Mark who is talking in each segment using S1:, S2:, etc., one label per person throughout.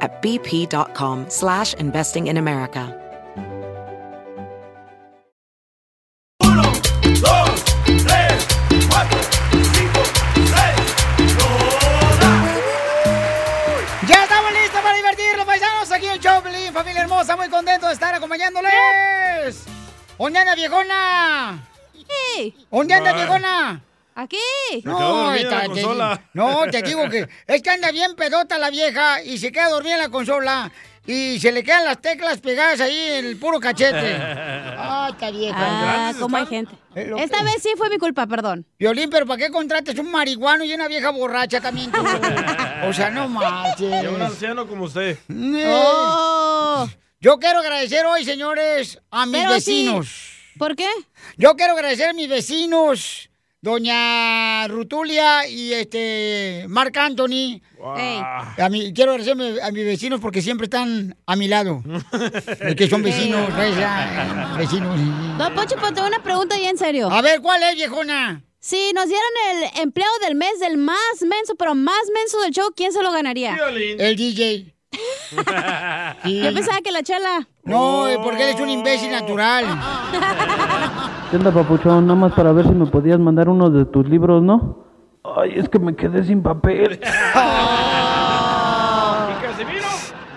S1: at bp.com slash investing in America.
S2: Uno, dos, tres, cuatro, cinco, seis, ¡Gol!
S3: Ya estamos listos para divertirnos, paisanos. Aquí en Choplin, familia hermosa, muy contento de estar acompañándoles. ¿Dónde anda viejona? ¿Dónde anda
S4: Ay.
S3: viejona?
S5: Aquí.
S4: quedó dormida en la
S3: te-
S4: consola.
S3: no, te digo que es que anda bien pedota la vieja y se queda dormida en la consola y se le quedan las teclas pegadas ahí en el puro cachete. Ah, está vieja. Eh,
S5: Ah, cómo hay gente. Esta vez sí fue mi culpa, perdón.
S3: Violín, pero ¿para qué contrates un marihuano y una vieja borracha también tú? O sea, no marches.
S4: Y a un anciano como usted.
S3: Eh,
S5: Oh.
S3: Yo quiero agradecer hoy, señores, a mis
S5: Pero sí.
S3: vecinos.
S5: ¿Por qué?
S3: Yo quiero agradecer a mis vecinos, doña Rutulia y este Marc Anthony.
S5: Ey.
S3: A mi- quiero agradecer a, mi- a mis vecinos porque siempre están a mi lado. Es que son vecinos, ¿sabes? Ya, eh, vecinos.
S5: Don Poncho, pues, tengo una pregunta ya en serio.
S3: A ver, ¿cuál es, viejona?
S5: Si nos dieran el empleo del mes del más menso, pero más menso del show, ¿quién se lo ganaría?
S4: Violín.
S3: El DJ. Sí.
S5: Yo pensaba que la chela. Ah,
S3: No, eh, porque eres un imbécil natural.
S6: ¿Qué onda, papuchón? Nada más para ver si me podías mandar uno de tus libros, ¿no? Ay, es que me quedé sin papel.
S4: ¿Y Casimiro?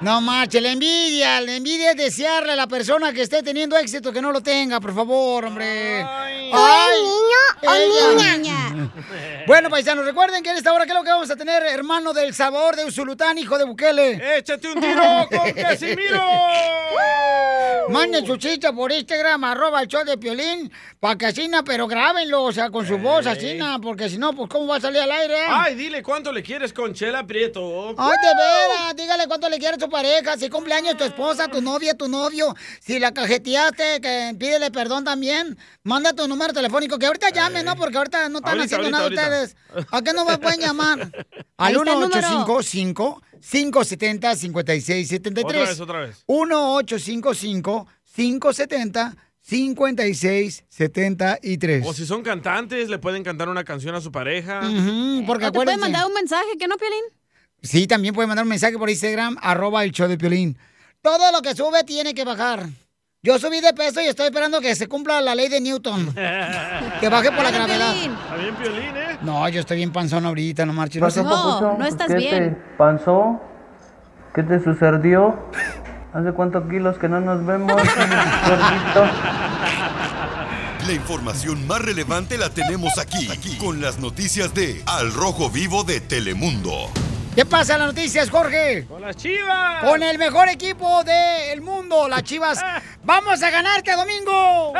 S3: No marche, la envidia. La envidia es desearle a la persona que esté teniendo éxito que no lo tenga, por favor, hombre.
S4: Ay.
S3: Ay, ella.
S5: niña.
S3: Bueno, paisanos, recuerden que en esta hora, ¿qué es lo que vamos a tener, hermano del sabor de Usulután, hijo de Bukele?
S4: ¡Échate un tiro con Casimiro!
S3: Manden su chiste por Instagram, arroba el show de Piolín, pa' que asina, pero grábenlo, o sea, con su voz asina, porque si no, pues, ¿cómo va a salir al aire? eh?
S4: Ay, dile cuánto le quieres con Chela Prieto.
S3: Ay, de veras, dígale cuánto le quiere a tu pareja, si cumpleaños tu esposa, tu novia, tu novio, si la cajeteaste, que pídele perdón también, manda tu número telefónico, que ahorita llamen, ¿no? Porque Eh, ahorita no están
S4: Ahorita,
S3: haciendo
S4: ahorita,
S3: nada
S4: ahorita.
S3: ustedes. ¿A qué no me pueden llamar? Al
S5: Ahí está el número.
S3: 1855 570
S4: Otra vez,
S3: 5673
S4: otra vez.
S3: 1855 570 5673
S4: O si son cantantes, le pueden cantar una canción a su pareja.
S3: Ujú, porque
S5: ¿O te pueden
S3: acuérdense.
S5: mandar un mensaje, que no, Piolín?
S3: Sí, también puede mandar un mensaje por Instagram, arroba el show de Piolín. Todo lo que sube tiene que bajar. Yo subí de peso y estoy esperando que se cumpla la ley de Newton. Que baje por la
S5: Dale,
S3: gravedad.
S5: Piolín.
S4: Está bien, Piolín, ¿eh?
S3: No, yo estoy bien panzón ahorita, no marches. No sé.
S5: Pues No, no estás
S6: ¿Qué
S5: bien.
S6: te pasó? ¿Qué te sucedió? ¿Hace cuántos kilos que no nos vemos? gordito?
S2: La información más relevante la tenemos aquí, aquí, con las noticias de Al Rojo Vivo de Telemundo.
S3: ¿Qué pasa en las noticias, Jorge?
S4: ¡Con las chivas!
S3: Con el mejor equipo del mundo, las Chivas. ¡Vamos a ganarte, domingo!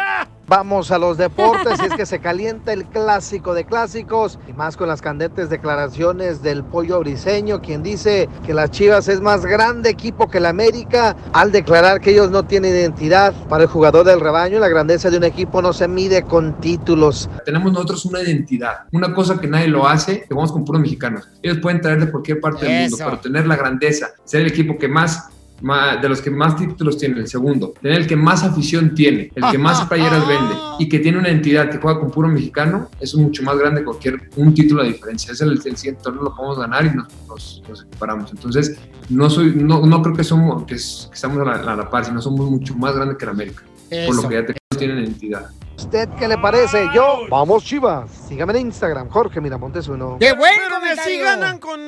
S7: Vamos a los deportes, y es que se calienta el clásico de clásicos, y más con las candentes declaraciones del pollo briseño, quien dice que las Chivas es más grande equipo que la América, al declarar que ellos no tienen identidad. Para el jugador del rebaño, la grandeza de un equipo no se mide con títulos.
S8: Tenemos nosotros una identidad, una cosa que nadie lo hace, que vamos con puros mexicanos. Ellos pueden traer de cualquier parte del mundo,
S3: Eso.
S8: pero tener la grandeza, ser el equipo que más, ma- de los que más títulos tiene, el segundo, tener el que más afición tiene, el que más playeras vende y que tiene una entidad que juega con puro mexicano, es mucho más grande que cualquier un título de diferencia. Es el, el siguiente torneo lo podemos ganar y nos, nos- nos equiparamos. Entonces, no soy, no, no creo que somos, que, es- que estamos a la, a la par, sino somos mucho más grandes que la América, por
S3: Eso.
S8: lo que ya te- no tienen entidad.
S9: ¿Usted qué le parece? Yo, vamos Chivas. Sígame en Instagram, Jorge Miramontes uno.
S3: ¡Qué bueno!
S4: Pero ni así
S3: comentario.
S4: ganan con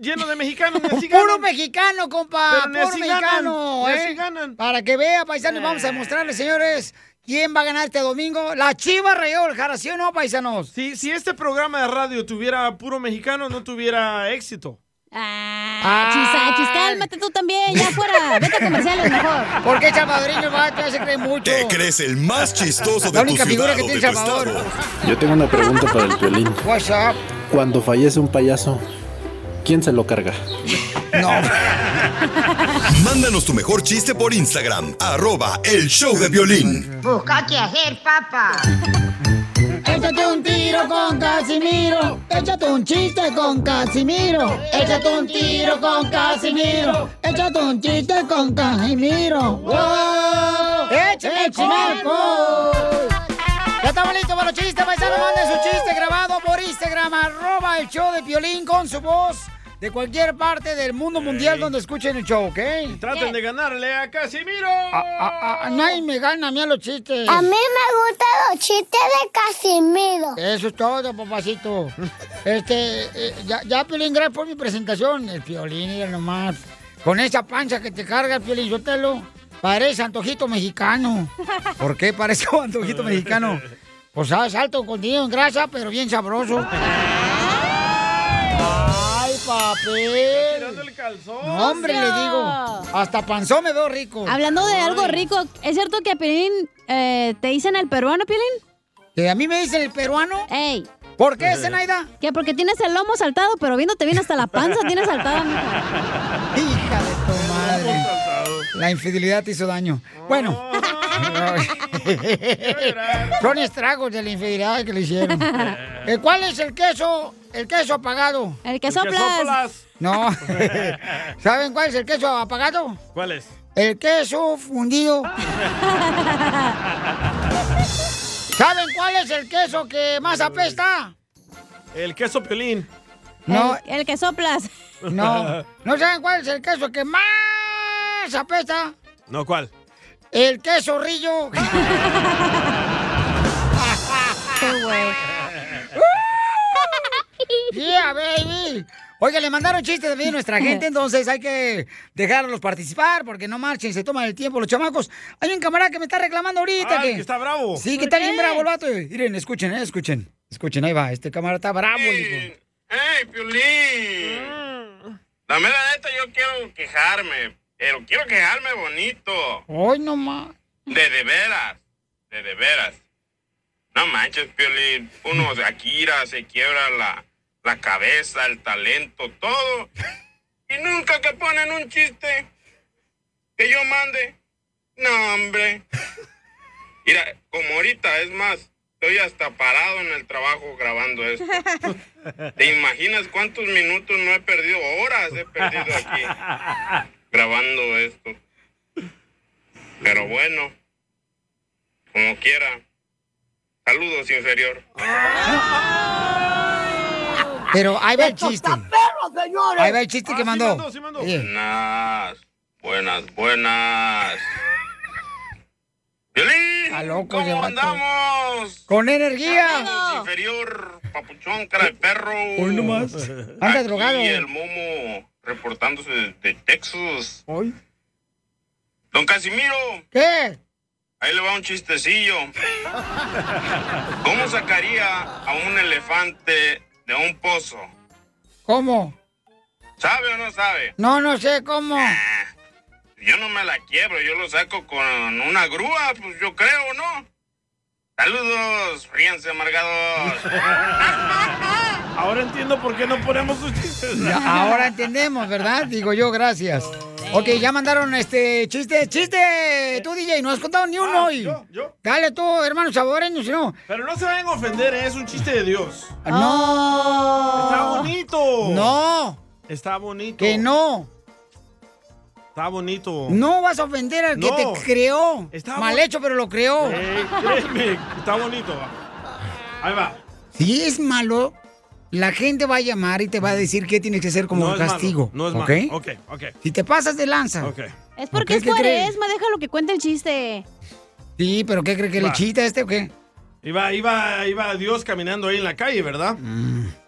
S4: lleno de mexicanos, ni así
S3: Puro
S4: ganan.
S3: mexicano, compa,
S4: Pero ni
S3: puro
S4: así
S3: mexicano,
S4: ganan, ni
S3: ¿eh?
S4: así ganan. Eh.
S3: Para que vea, paisanos, vamos a mostrarles, señores, quién va a ganar este domingo. La Chiva Rayo Guadalajara, ¿sí o no, paisanos?
S4: Si, si este programa de radio tuviera puro mexicano, no tuviera éxito.
S5: Ah, chis, ah, chis, cálmate tú también, ya fuera. Vete a comerciales mejor.
S3: Porque el salvadoreño va, ya se cree mucho.
S2: Te crees el más chistoso de
S3: La
S2: tu
S3: única figura
S2: ciudad
S3: que
S2: o
S3: tiene
S2: de
S3: El
S2: tu
S3: Salvador.
S2: estado.
S10: Yo tengo una pregunta para el violín.
S3: WhatsApp.
S10: Cuando fallece un payaso, ¿quién se lo carga?
S2: Mándanos tu mejor chiste por Instagram, arroba el show de violín.
S11: Busca qué hacer, papá.
S3: Échate un tiro con Casimiro. Échate un chiste con Casimiro. Échate un tiro con Casimiro. Échate un chiste con Casimiro. ¡Wow! ¡Échame alcohol! Ya estamos listos para los chistes, paisano. Manden su chiste grabado por Instagram, arroba el show de Piolín con su voz de cualquier parte del mundo mundial donde escuchen el show, ¿ok?
S4: Traten de ganarle a Casimiro.
S3: Ah, nadie me gana a mí a los chistes.
S11: A mí me gustan los chistes de Casimiro.
S3: Eso es todo, papacito. Este, eh, ya, ya, Piolín, gracias por mi presentación. El Piolín, mira nomás. Con esa panza que te carga el Piolín Sotelo, parece antojito mexicano. ¿Por qué parece un antojito mexicano? Pues sabes, alto contenido en grasa, pero bien sabroso. ¡Ay, papel!
S4: el calzón.
S3: No, hombre, le digo. Hasta panzón me veo rico.
S5: Hablando de algo rico, ¿es cierto que a Pilín eh, te dicen el peruano, Pilín?
S3: ¿Que a mí me dicen el peruano?
S5: ¡Ey!
S3: ¿Por qué, Zenaida?
S5: Que porque tienes el lomo saltado, pero viéndote bien hasta la panza tienes saltada, mija.
S3: Hija de tu madre. La infidelidad te hizo daño. Bueno. Son estragos de la infidelidad que le hicieron. Eh, ¿Cuál es el queso? El queso apagado.
S5: El que
S4: El que
S5: soplas.
S4: soplas.
S3: No. ¿Saben cuál es el queso apagado?
S4: ¿Cuál es?
S3: El queso fundido. ¿Saben cuál es el queso que más apesta?
S4: El queso piolín.
S3: No,
S5: El, el que soplas.
S3: no. ¿No saben cuál es el queso que más apesta?
S4: No, ¿cuál?
S3: El queso rillo.
S5: Qué güey.
S3: Yeah, baby. Oiga, le mandaron chistes también a nuestra gente, entonces hay que dejarlos participar porque no marchen, se toman el tiempo los chamacos. Hay un camarada que me está reclamando ahorita.
S4: Ah, el que está bravo.
S3: Sí, que
S5: ¿Por
S3: está
S5: qué?
S3: bien bravo el vato. Miren, escuchen, eh, escuchen. Escuchen, ahí va. Este camarada está bravo, hijo.
S12: ¡Ey, Piolín! La mera neta, yo quiero quejarme, pero quiero quejarme bonito.
S3: Ay, no más.
S12: De de veras, de de veras. No manches, Piolín. Uno aquí ira, se quiebra la, la cabeza, el talento, todo. Y nunca que ponen un chiste que yo mande. No, hombre. Mira, como ahorita, es más, estoy hasta parado en el trabajo grabando esto. ¿Te imaginas cuántos minutos no he perdido? Horas he perdido aquí grabando esto. Pero bueno, como quiera. Saludos, inferior.
S3: Pero ahí va el chiste. Ahí va el chiste
S4: Ah,
S3: que
S4: sí
S3: mandó.
S4: mandó, sí mandó.
S3: Sí.
S12: Buenas, buenas, buenas.
S3: Está
S12: Violín,
S3: loco ese
S12: ¿cómo
S3: vato.
S12: andamos?
S3: Con energía.
S12: Saludos, inferior, papuchón, cara de perro.
S3: Hoy nomás. Anda
S12: Aquí
S3: drogado.
S12: el momo reportándose de Texas.
S3: Hoy.
S12: Don Casimiro,
S3: ¿Qué?
S12: Ahí le va un chistecillo. ¿Cómo sacaría a un elefante de un pozo?
S3: ¿Cómo?
S12: ¿Sabe o no sabe?
S3: No, no sé cómo.
S12: Yo no me la quiebro, yo lo saco con una grúa, pues yo creo, ¿no? Saludos, ríanse amargados.
S4: Ahora entiendo por qué no ponemos sus chistes.
S3: Ya, ahora entendemos, ¿verdad? Digo yo, gracias. Ok, ya mandaron este chiste, chiste. Tú, DJ, no has contado ni uno
S4: Ah,
S3: hoy.
S4: yo, yo.
S3: Dale tú, hermano saboreño, si no.
S4: Pero no se vayan a ofender, ¿eh? es un chiste de Dios.
S3: Ah,
S4: Ah. Está
S3: No.
S4: bonito.
S3: No,
S4: Está bonito.
S3: que no.
S4: Está bonito.
S3: No vas a ofender al que
S4: No.
S3: te creó.
S4: Está
S3: Mal
S4: bon-
S3: hecho, pero lo creó.
S4: Eh, créeme, está bonito. Ahí va.
S3: Si es malo, la gente va a llamar y te va a decir qué tienes que hacer como
S4: no
S3: un
S4: es malo,
S3: castigo.
S4: No es malo.
S3: ¿ok?
S4: Ok, ok,
S3: Si te pasas de lanza.
S4: ok.
S3: ¿Por
S5: Es
S3: qué?
S5: porque es
S3: ¿Qué crees?
S5: cuaresma, déjalo que cuente el chiste.
S3: Sí, pero ¿qué cree que le
S4: Va.
S3: chita este o qué?
S4: Iba, iba, iba Dios caminando ahí en la calle, ¿verdad?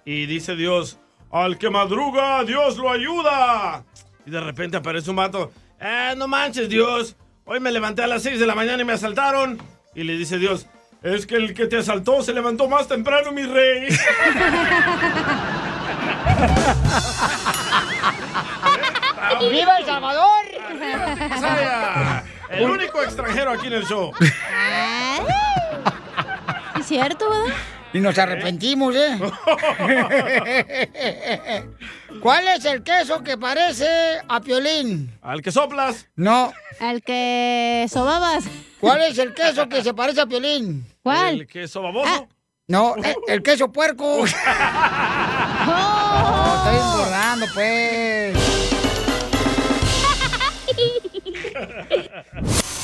S4: Y dice Dios, al que madruga, Dios lo ayuda. Y de repente aparece un vato, eh, no manches, Dios. Hoy me levanté a las 6 de la mañana y me asaltaron. Y le dice Dios, es que el que te asaltó se levantó más temprano, mi rey.
S3: ¡Viva El Salvador!
S4: el único extranjero aquí en el show.
S5: ¿Es cierto, verdad?
S3: Y nos arrepentimos, ¿eh? ¿Cuál es el queso que parece a Piolín?
S4: Al que soplas.
S3: No.
S5: Al que sobabas.
S3: ¿Cuál es el queso que se parece a Piolín?
S5: ¿Cuál?
S4: El queso baboso.
S3: No, e- el queso puerco. No, estoy engordando, pues.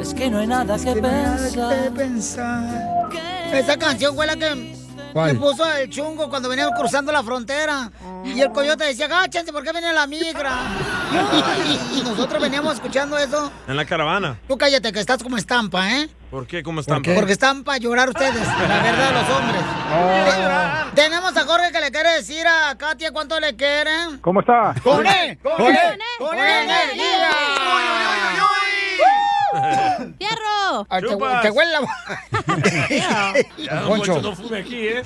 S13: Es que no hay nada que
S3: que no hay nada
S13: pensar.
S3: Esa canción fue la que,
S13: ¿Cuál?
S3: que puso el chungo cuando venían cruzando la frontera. Y el coyote decía, gáchense, ¿por qué viene la migra? y nosotros veníamos escuchando eso.
S4: En la caravana.
S3: Tú cállate, que estás como estampa, ¿eh?
S4: ¿Por qué? ¿Cómo están?
S3: Porque están para llorar ustedes, la verdad, los hombres. Te- Tenemos a Jorge que le quiere decir a Katia cuánto le quieren.
S14: ¿Cómo está?
S3: ¡Con
S15: E,
S3: E? él!
S14: ¡Con él!
S3: ¡Con energía!
S5: ¡Fierro!
S3: Ah, te- te huele la boca.
S4: Ya, don
S3: Poncho.
S4: Poncho, no fume aquí, ¿eh?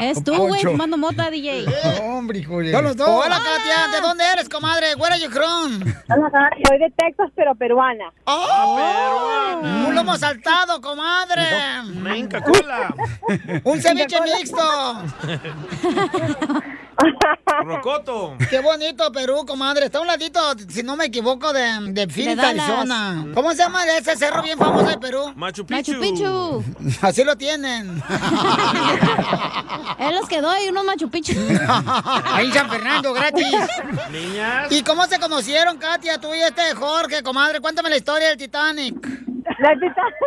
S5: Es tú, güey,
S3: Poncho.
S5: fumando mota, DJ.
S3: Hombre, hijo
S5: Son los dos.
S3: Hola, Katia, ¿de dónde eres, comadre? Where are you from? Oh.
S16: Soy de Texas, pero peruana.
S3: Un lomo saltado, comadre.
S4: Una Inca Cola.
S3: Un ceviche mixto.
S4: Rocoto.
S3: Qué bonito Perú, comadre. Está a un ladito, si no me equivoco, de, de Phoenix,
S4: De Dallas.
S3: Arizona. ¿Cómo se llama ese cerro bien famoso de Perú?
S4: Machu
S5: Machu
S4: Picchu.
S5: Picchu.
S3: Así lo tienen.
S5: Él los quedó y unos Machu Picchu.
S3: Ahí en San Fernando, gratis.
S4: Niñas.
S3: ¿Y cómo se conocieron, Katia, tú y este Jorge, comadre? Cuéntame la historia del Titanic.
S16: La Titanic.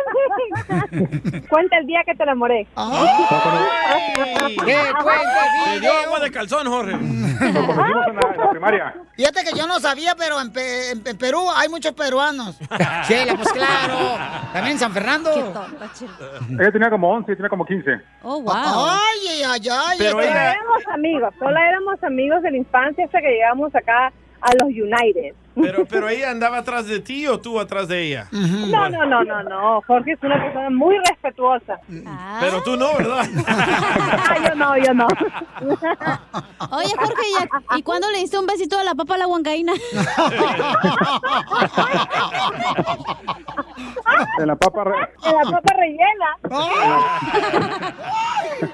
S16: Cuenta el día que te enamoré. Ah,
S3: ¡Que cuente el
S4: Te dio
S3: video!
S4: agua de calzón, Jorge.
S3: Fíjate que yo no sabía, pero en, Pe- en Pe- Perú hay muchos peruanos. Chela, pues claro. También en San Fernando.
S14: Ella tenía como 11, yo tenía como 15.
S5: Oh,
S3: wow. Ay, ay, ay, ay.
S14: Pero
S3: esta-
S14: ella-
S16: éramos amigos, solo éramos amigos de la infancia hasta que llegamos acá a los United.
S4: Pero, pero ella andaba atrás de ti o tú atrás de ella.
S16: No, no, no, no, no. Jorge es una persona muy respetuosa.
S4: Pero tú no, ¿verdad?
S16: Ah, yo no, yo no.
S5: Oye, Jorge, ¿y, a- y cuándo le diste un besito a la papa a la huancaína?
S14: En la papa. re-
S16: En la papa rellena.
S3: Ah. Esa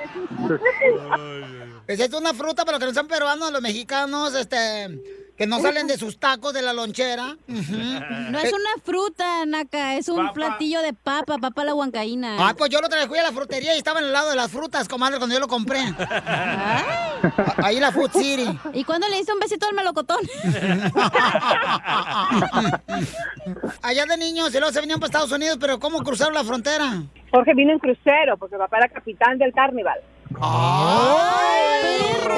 S3: Pues es una fruta, pero que no sean peruanos, los mexicanos, este, que no salen de sus tacos de la lonchera.
S5: No
S4: Eh,
S3: Eh.
S5: es una fruta, Naka, es un platillo de papa, papa a la huancaína.
S3: Ah, pues yo lo traje a la frutería y estaba en el lado de las frutas, comadre, cuando yo lo compré.
S4: ah,
S3: A- Ahí en la Food City.
S5: ¿Y cuándo le diste un besito al melocotón?
S3: Allá de niños, y luego se venían para Estados Unidos, pero ¿cómo cruzaron la frontera?
S16: Jorge vino en crucero porque papá era capitán del carnaval.
S3: Ah.
S16: Él, él,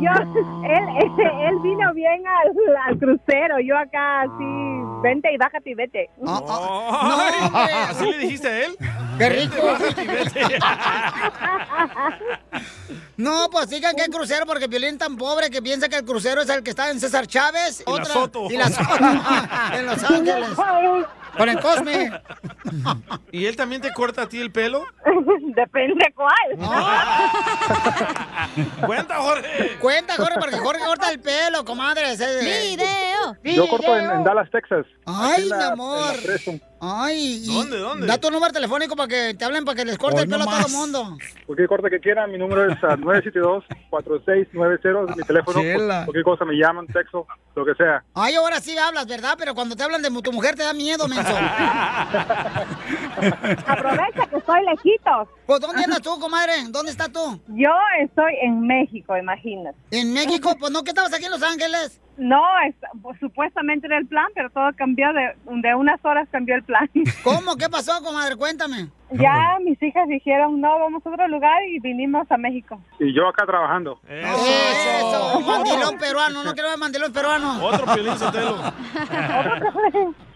S16: yo, él, él, él vino bien al, al crucero, yo acá así, vente y bájate y vete.
S11: ah.
S4: Ay, güey, ¿Así le dijiste a él?
S3: ¡Qué
S4: Vente,
S3: rico!
S4: bájate y vete.
S3: No, pues digan que el crucero, porque Piolín tan pobre que piensa que el crucero es el que está en César Chávez.
S4: Y la Soto.
S3: Y la Soto, en Los Ángeles. Con el Cosme.
S4: ¿Y él también te corta a ti el pelo?
S16: Depende cuál.
S4: Cuenta, Jorge.
S3: Cuenta, Jorge, porque Jorge corta el pelo, comadre. ¡Video!
S14: Yo corto en, en Dallas, Texas.
S3: Ay,
S14: Aquí en la-
S3: mi amor.
S14: en la Fresno.
S3: Ay, y-
S4: ¿Dónde, dónde?
S3: Da tu número telefónico para que te hablen, para que les corte
S15: Hoy
S3: el pelo a
S15: nomás.
S3: todo el mundo.
S15: Cualquier corte que quieran, mi número es ah, 972-4690, es mi teléfono.
S3: Chela.
S15: Cualquier cosa me llaman, texto, lo que sea.
S3: Ay, ahora sí hablas, ¿verdad? Pero cuando te hablan de mu- tu mujer te da miedo, menso.
S6: Aprovecha que estoy lejitos.
S3: Pues, ¿dónde andas tú, comadre? ¿Dónde estás tú?
S6: Yo estoy en México, imagínate.
S3: ¿En México? Pues no, ¿qué estabas aquí en Los Ángeles?
S6: No, es- pues, supuestamente era el plan, pero todo cambió. De, de unas horas cambió el plan.
S3: ¿Cómo? ¿Qué pasó, comadre? Cuéntame.
S6: Ya mis hijas dijeron, no, vamos a otro lugar y vinimos a México.
S15: Y yo acá trabajando.
S3: Eh. Eso, mandilón peruano, no quiero ver mandilón peruano.
S4: Otro Piolín Sotelo.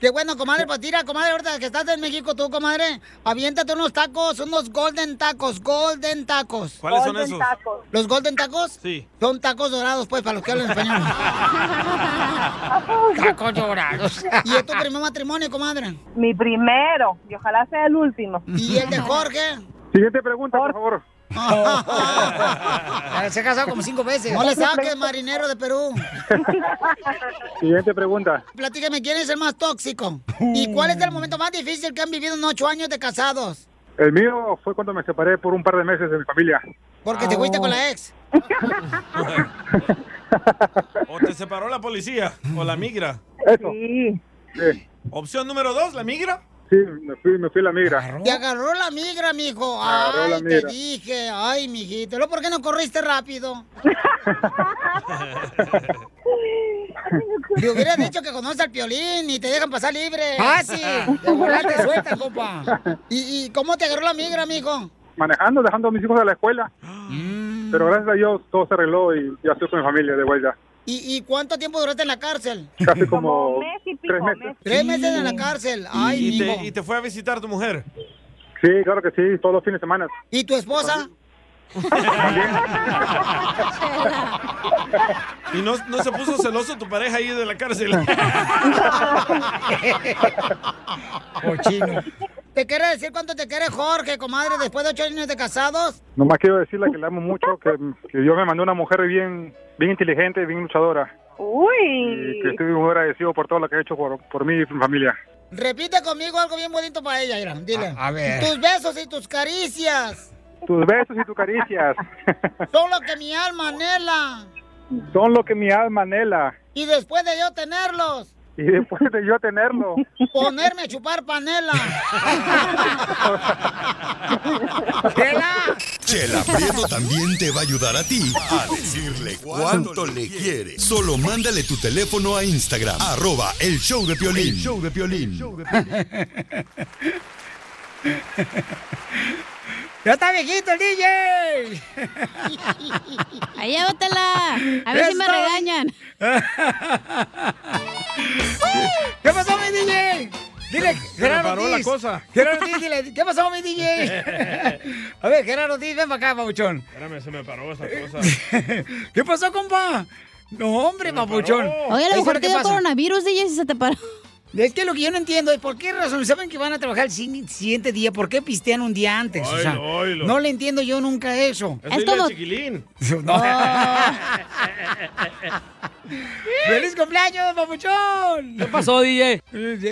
S3: Qué bueno, comadre, pues tira, comadre, ahorita que estás en México tú, comadre, aviéntate unos tacos, unos golden tacos, golden tacos.
S4: ¿Cuáles son Golden esos? tacos.
S3: ¿Los golden tacos?
S4: Sí.
S3: Son tacos dorados, pues, para los que hablan español. tacos dorados. ¿Y es tu primer matrimonio, comadre?
S6: Mi primero, y ojalá sea el último.
S3: ¿Y el de Jorge?
S15: Siguiente pregunta, por favor.
S3: Ah, Se ha casado como cinco veces. No le saques, marinero de Perú.
S15: Siguiente pregunta.
S3: Platícame, ¿quién es el más tóxico? ¿Y cuál es el momento más difícil que han vivido en ocho años de casados?
S15: El mío fue cuando me separé por un par de meses de mi familia.
S3: Porque te fuiste con la ex.
S4: O te separó la policía o la migra.
S6: Sí.
S4: Este. Opción número dos, la migra.
S15: Sí, me fui, me fui a la migra.
S3: Te agarró la migra, mijo.
S15: Agarró
S3: ay,
S15: la migra.
S3: te dije. Ay, mijito. ¿Luego por qué no corriste rápido? Te hubiera dicho que conoce al piolín y te dejan pasar libre. Fácil. De volar te sueltan, compa. ¿Y, y cómo te agarró la migra, mijo?
S15: Manejando, dejando a mis hijos a la escuela.
S4: Mm.
S15: Pero gracias a Dios todo se arregló y ya estoy con mi familia de vuelta.
S3: ¿Y, y cuánto tiempo duraste en la cárcel?
S15: Casi como tres meses.
S3: Tres meses en la cárcel. Ay,
S4: y,
S3: mijo.
S4: te, y te fue a visitar tu mujer.
S15: Sí, claro que sí, todos los fines de semana.
S3: ¿Y tu esposa?
S4: Y no, no se puso celoso tu pareja ahí de la cárcel.
S15: Oh,
S3: Cochino. ¿Te quiere decir cuánto te quiere Jorge, comadre, después de ocho años de casados?
S15: Nomás quiero decirle que le amo mucho, que, que Dios me mandó una mujer bien, bien inteligente, bien luchadora.
S6: Uy.
S15: Y que estoy muy agradecido por todo lo que ha hecho por, por mí y por mi familia.
S3: Repite conmigo algo bien bonito para ella, Irán. Dile.
S15: A- a ver.
S3: Tus besos y tus caricias
S15: Tus besos y tus caricias
S3: son lo que mi alma anhela.
S15: son lo que mi alma anhela.
S3: Y después de yo tenerlos,
S15: Y después de yo tenerlo,
S3: ponerme a chupar panela.
S2: Chela Prieto también te va a ayudar a ti a decirle cuánto le quiere. Solo mándale tu teléfono a Instagram, arroba el show de Piolín.
S11: El
S2: show de Piolín.
S3: ¡Ya está viejito el DJ!
S5: Ahí llévatela. A ver si me
S3: Estoy-
S5: regañan.
S3: ¿Qué pasó, mi DJ? Dile, Gerardo
S4: paró la
S3: Ortiz.
S4: cosa.
S3: Gerardo Ortiz, dile, ¿qué pasó, mi DJ? A ver, Gerardo Ortiz, ven para acá, papuchón.
S4: Espérame, se me paró esa cosa.
S3: ¿Qué pasó, compa? No, hombre, papuchón.
S5: Oye, a lo
S3: Eso es
S5: mejor
S3: que
S5: te dio
S3: pasa.
S5: coronavirus, DJ, si se te paró.
S3: Es que lo que yo no entiendo es por qué razón saben que van a trabajar el si- siguiente día, ¿por qué pistean un día antes? O sea,
S4: Oilo, oilo.
S3: no le entiendo yo nunca eso.
S4: Eso dile al chiquilín.
S3: ¡Feliz cumpleaños, papuchón! ¿Qué pasó, DJ?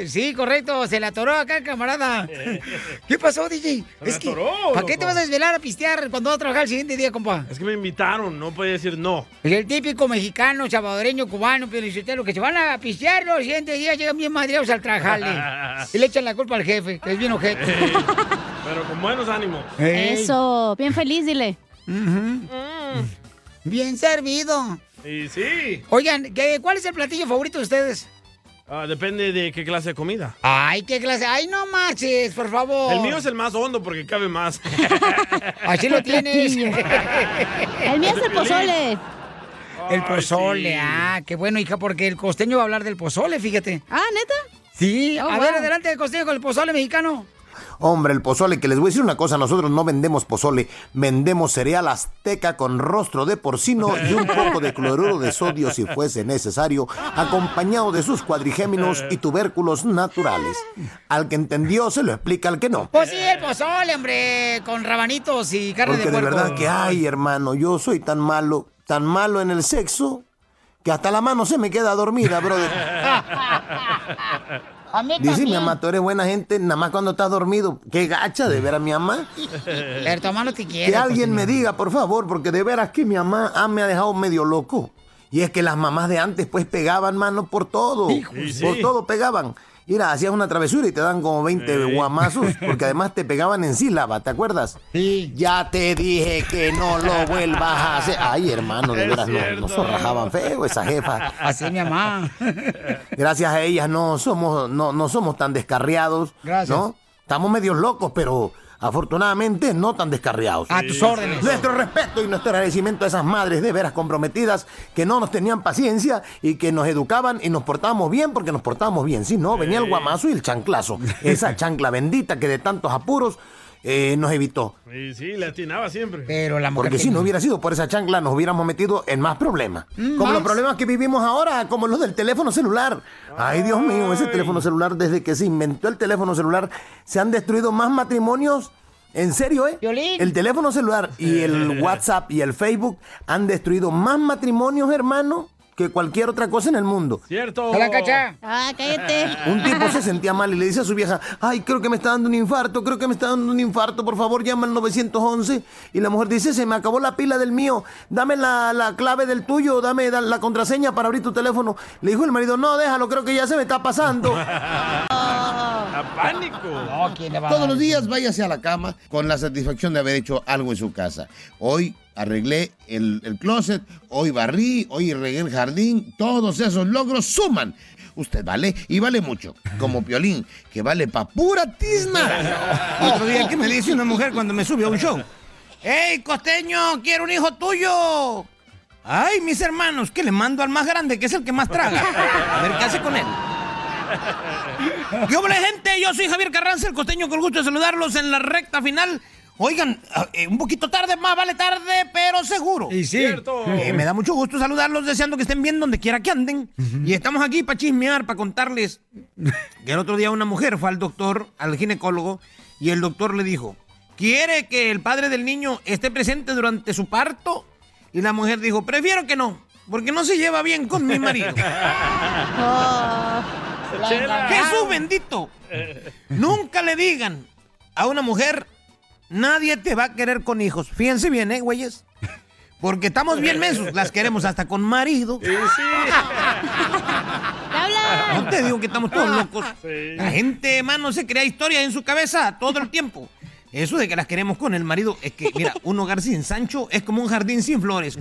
S3: Sí, correcto, se le atoró acá, el camarada.
S4: Eh.
S3: ¿Qué pasó, DJ?
S4: me atoró,
S3: ¿Para qué
S4: loco.
S3: te vas a desvelar a pistear cuando vas a trabajar el siguiente día, compa?
S4: Es que me invitaron, no podía decir no.
S3: Es el típico mexicano, salvadoreño, cubano, los que se van a pistear los siguientes días llegan bien madreados al trajale. y le echan la culpa al jefe, que es bien ojete.
S4: Ey, pero con buenos ánimos.
S5: Eso, bien feliz, dile. Mm.
S3: Bien servido.
S4: Y sí,
S3: Oigan, ¿qué- ¿cuál es el platillo favorito de ustedes?
S4: ah, depende de qué clase de comida.
S3: Ay, qué clase. Ay, no marches, por favor.
S4: El mío es el más hondo porque cabe más.
S3: Así lo tienes.
S4: El mío es el pozole.
S3: El pozole, ah, qué bueno, hija, porque el costeño va a hablar del pozole, fíjate.
S5: Ah, ¿neta?
S3: Sí,
S5: Oh,
S3: a ver,
S5: wow.
S3: adelante, costeño, con el pozole mexicano.
S17: Hombre, el pozole, que les voy a decir una cosa, nosotros no vendemos pozole, vendemos cereal azteca con rostro de porcino y un poco de cloruro de sodio si fuese necesario, acompañado de sus cuadrigéminos y tubérculos naturales. Al que entendió se lo explica, al que no.
S3: Pues sí, el pozole, hombre, con rabanitos y carne
S17: Porque de
S3: puerco.
S17: verdad que, ah, ay, hermano, yo soy tan malo, tan malo en el sexo, que hasta la mano se me queda dormida, brother.
S3: A mí
S17: Dice mi
S3: también.
S17: mamá, tú eres buena gente, nada más cuando estás dormido. Qué gacha de ver a mi mamá.
S3: Pero toma lo que quieras.
S17: Que alguien me diga, por favor, porque de veras que mi mamá ah, me ha dejado medio loco. Y es que las mamás de antes pues pegaban mano por todo.
S18: Y sí.
S17: por todo pegaban. Mira, hacías una travesura y te dan como 20 guamazos, porque además te pegaban en sílaba, ¿te acuerdas? Ya te dije que no lo vuelvas a hacer. Ay, hermano, de
S3: Es
S17: veras, no-
S3: cierto.
S17: nos rajaban feo esa jefa.
S3: Así es mi mamá.
S17: Gracias a ellas no somos, no, no somos tan descarriados.
S3: Gracias.
S17: ¿no? Estamos medios locos, pero afortunadamente no tan descarriados.
S3: A tus órdenes.
S17: Nuestro respeto y nuestro agradecimiento a esas madres de veras comprometidas que no nos tenían paciencia y que nos educaban y nos portábamos bien porque nos portábamos bien. Si no, venía el guamazo y el chanclazo. Esa chancla bendita que de tantos apuros eh, nos evitó.
S4: Y sí, le atinaba siempre.
S3: Pero la
S17: Porque si no hubiera sido por esa chancla, nos hubiéramos metido en más problemas. Como los problemas que vivimos ahora, como los del teléfono celular. Ay, Dios mío, ese teléfono celular, desde que se inventó el teléfono celular, se han destruido más matrimonios. En serio, ¿eh? El teléfono celular y el WhatsApp y el Facebook han destruido más matrimonios, hermano, que cualquier otra cosa en el mundo.
S4: Cierto.
S17: Hola, Cacha.
S5: Ah, cállate.
S17: Un tipo se sentía mal y le dice a su vieja, ay, creo que me está dando un infarto, creo que me está dando un infarto, por favor, llama al 911. Y la mujer dice, se me acabó la pila del mío, dame la, la clave del tuyo, dame da- la contraseña para abrir tu teléfono. Le dijo el marido, no, déjalo, creo que ya se me está pasando.
S4: A pánico.
S3: No, ¿quién le va a
S19: Todos
S3: dar?
S19: los días váyase a la cama con la satisfacción de haber hecho algo en su casa. Hoy arreglé el, el closet, hoy barrí, hoy regué el jardín. Todos esos logros suman. Usted vale y vale mucho, como Piolín, que vale pa' pura tizna.
S17: Otro día que me dice una mujer cuando me subió a un show.
S20: ¡Ey, costeño! ¡Quiero un hijo tuyo! ¡Ay, mis hermanos! Que le mando al más grande, que es el que más traga. A ver qué hace con él. Yo, hola, gente, yo soy Javier Carranza, el costeño, con el gusto de saludarlos en la recta final. Oigan, ah, eh, un poquito tarde, más vale tarde, pero seguro. Y sí. Eh, me da mucho gusto saludarlos, deseando que estén bien donde quiera que anden. Y estamos aquí para chismear, para contarles que el otro día una mujer fue al doctor, al ginecólogo, y el doctor le dijo, ¿quiere que el padre del niño esté presente durante su parto? Y la mujer dijo, prefiero que no, porque no se lleva bien con mi marido.
S11: Oh,
S4: Ah,
S20: Jesús bendito. Nunca le digan a una mujer, nadie te va a querer con hijos. Fíjense bien, ¿eh, güeyes? Porque estamos bien mensos, las queremos hasta con marido. No te digo que estamos todos locos. La gente, hermano, se crea historias en su cabeza todo el tiempo. Eso de que las queremos con el marido es que, mira, un hogar sin Sancho es como un jardín sin flores.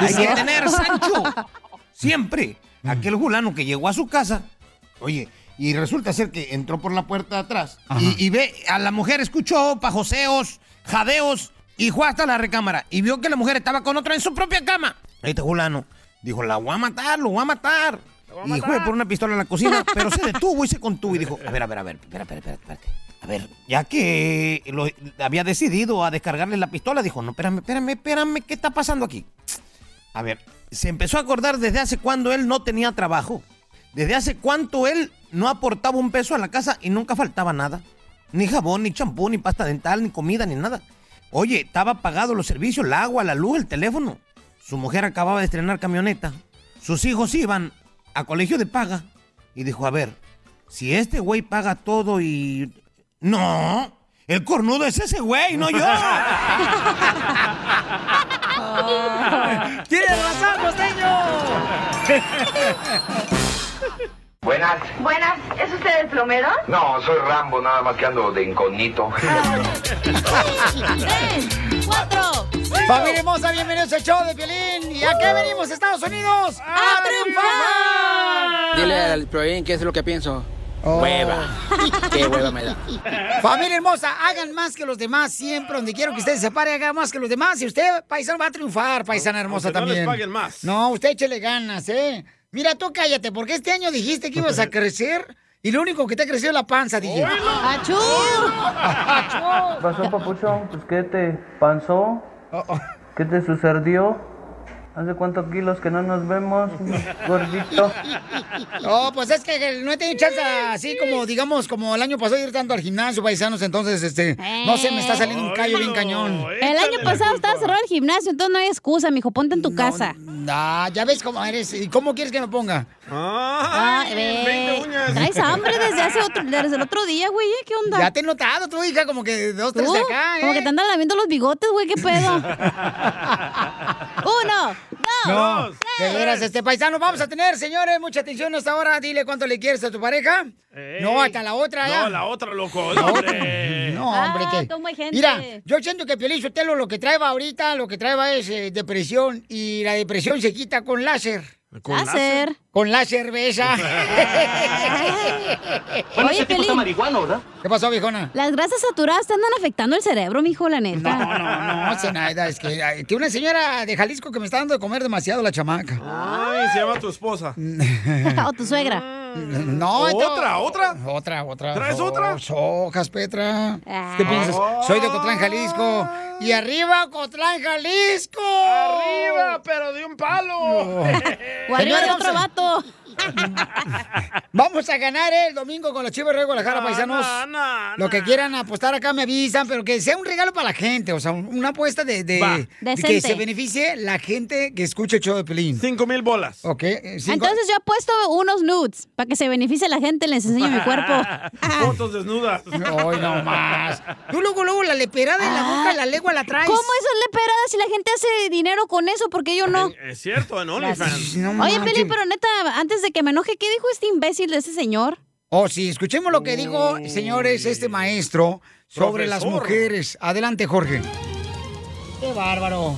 S20: Hay que tener Sancho siempre. Aquel fulano que llegó a su casa, oye, y resulta ser que entró por la puerta de atrás y, y ve a la mujer, escuchó pajoseos, jadeos y fue hasta la recámara y vio que la mujer estaba con otra en su propia cama. Este fulano dijo, la voy a matar, lo voy a matar. Y fue por una pistola a la cocina, pero se detuvo y se contuvo y dijo, a ver, a ver, a ver, espera, espera, espera, espérate. A ver, ya que lo- había decidido a descargarle la pistola, dijo, no, espérame, espérame, espérame, ¿qué está pasando aquí? A ver, se empezó a acordar desde hace cuando él no tenía trabajo. Desde hace cuánto él no aportaba un peso a la casa y nunca faltaba nada. Ni jabón, ni champú, ni pasta dental, ni comida, ni nada. Oye, estaba pagado los servicios, el agua, la luz, el teléfono. Su mujer acababa de estrenar camioneta. Sus hijos iban a colegio de paga. Y dijo, a ver, si este güey paga todo y... No, el cornudo es ese güey, no yo.
S5: Ah.
S18: ¡Tiene razón,
S10: Buenas.
S21: Buenas, ¿es usted el plomero?
S10: No, soy Rambo, nada más que ando de incógnito.
S3: Tres, cuatro, Familia hermosa, bienvenidos al show de Piolín. ¿Y a qué venimos, Estados Unidos? ¡A, triunfar!
S20: Dile al Proin qué es lo que pienso.
S22: Ah,
S20: Hueva. Qué hueva me da.
S3: Familia hermosa, hagan más que los demás siempre, donde quiero que usted se pare, haga más que los demás. Y usted, paisano, va a triunfar, paisana hermosa
S4: Aunque no les
S3: también.
S4: paguen más.
S3: No, usted échele ganas, ¿eh? Mira, tú cállate, porque este año dijiste que ibas a crecer y lo único que te ha crecido es la panza, DJ. ¡Achú! ¡Achú! Oh,
S6: ¿Qué pasó, papuchón? Pues, ¿qué te pasó? ¿Qué te sucedió?
S23: ¿Hace cuántos kilos que no nos vemos, gordito?
S3: No, pues es que no he tenido chance así como, digamos, como el año pasado de ir tanto al gimnasio, paisanos, entonces, este, no sé, me está saliendo
S4: Eh.
S3: un callo bien cañón.
S5: El año pasado estaba cerrado el gimnasio, entonces no hay excusa, mijo. Ponte en tu casa.
S3: Ah, ya ves cómo eres. ¿Y cómo quieres que me ponga?
S5: Ah, ve. Traes hambre desde hace otro, desde el otro día, güey. ¿eh? ¿Qué onda?
S3: Ya te he notado, tú, hija, como que dos, tres
S5: Tú,
S3: de acá, ¿eh?
S5: Como que te andan lamiendo los bigotes, güey. ¿Qué pedo? Uno,
S3: No,
S5: dos,
S3: de
S5: tres.
S3: veras, este paisano vamos a tener, señores, mucha atención hasta ahora. Dile cuánto le quieres a tu pareja.
S4: Ey.
S3: No, hasta la otra, ¿ya?
S4: No, la otra, loco. hombre.
S3: No, hombre, que.
S5: cómo hay Ah, gente.
S3: Mira, yo siento que Piolín Sotelo lo que trae ahorita, lo que trae es eh, depresión y la depresión se quita con láser.
S5: ¿Con Láser. láser?
S3: Con la cerveza.
S5: Bueno, ese Oye, tipo está Piolín.
S3: marihuana, ¿verdad? ¿Qué pasó, viejona?
S5: Las grasas saturadas te andan afectando el cerebro, mijo, la neta.
S3: No, no, no, Zenaida, es que ay, tiene una señora de Jalisco que me está dando de comer demasiado la chamaca.
S4: Ay, se llama tu esposa.
S5: o tu suegra.
S3: Mm, No,
S4: ¿Otra,
S3: otra? Otra, otra.
S4: ¿Traes
S3: Dos
S4: otra?
S3: Hojas, Petra.
S5: Ah.
S3: ¿Qué piensas? Soy de Cotlán, Jalisco. Y arriba, Cotlán, Jalisco.
S4: Arriba, pero de un palo.
S5: O arriba de otro vato.
S3: Vamos a ganar eh, el domingo con los Chivas de Guadalajara,
S4: No,
S3: paisanos.
S4: no,
S3: Lo que quieran apostar acá me avisan, pero que sea un regalo para la gente, o sea, un- una apuesta de, de-
S4: Va.
S3: de
S5: Decente.
S3: que se beneficie la gente que escuche el show de Pelín.
S4: Cinco mil bolas.
S3: Ok. eh, cinco-
S5: Entonces yo apuesto unos nudes para que se beneficie la gente, les enseño mi cuerpo.
S4: Fotos desnudas.
S3: Ay, no más. Tú luego, luego, la leperada en la boca, la lengua la traes.
S5: Ah. ¿Cómo eso es leperada si la gente hace dinero con eso? Porque yo no.
S4: Es cierto, en OnlyFans.
S5: Oye, Pelín, pero neta, antes de que me enoje, ¿qué dijo este imbécil de ese señor?
S3: Oh, sí, escuchemos lo que dijo, señores, este maestro sobre las
S9: Profesor.
S3: mujeres. Adelante, Jorge. Qué bárbaro.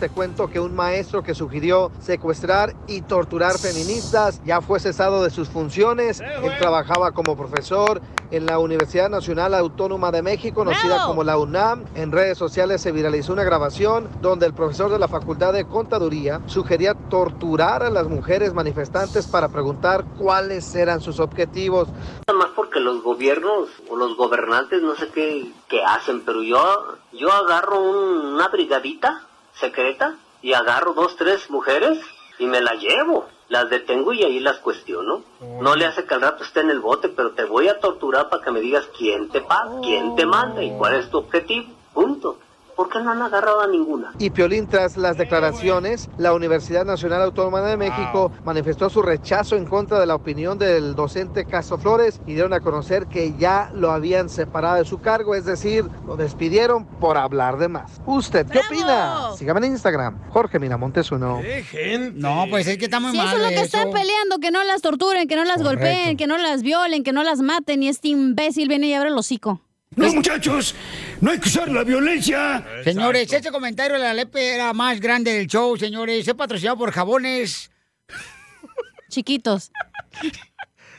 S9: Te cuento que un maestro que sugirió secuestrar y torturar feministas ya fue cesado de sus funciones.
S3: ¡Eh,
S9: Él trabajaba como profesor en la Universidad Nacional Autónoma de México, conocida
S24: ¡Bravo!
S9: como la UNAM. En redes sociales se viralizó una grabación donde el profesor de la Facultad de Contaduría sugería torturar a las mujeres manifestantes para preguntar cuáles eran sus objetivos.
S25: Nada más porque los gobiernos o los gobernantes no sé qué, qué hacen, pero yo, yo agarro un- una brigadita secreta y agarro dos, tres mujeres y me las llevo. Las detengo y ahí las cuestiono. No le hace que al rato esté en el bote, pero te voy a torturar para que me digas quién te paga, quién te manda y cuál es tu objetivo. Punto. ¿Por qué no han agarrado a ninguna?
S9: Y Piolín, tras las declaraciones, la Universidad Nacional Autónoma de México manifestó su rechazo en contra de la opinión del docente Castro Flores y dieron a conocer que ya lo habían separado de su cargo, es decir, lo despidieron por hablar de más. ¿Usted qué opina? Sígame en Instagram, Jorge Miramontes uno.
S3: No, pues es que está muy
S5: Si eso
S3: mal.
S5: es lo que
S3: eso.
S5: están peleando, que no las torturen, que no las
S3: Correcto.
S5: golpeen, que no las violen, que no las maten, y este imbécil viene y abre el hocico.
S26: No, muchachos, no hay que usar la violencia.
S3: Señores, este comentario de la lepe era más grande del show, señores. Es patrocinado por jabones.
S5: Chiquitos.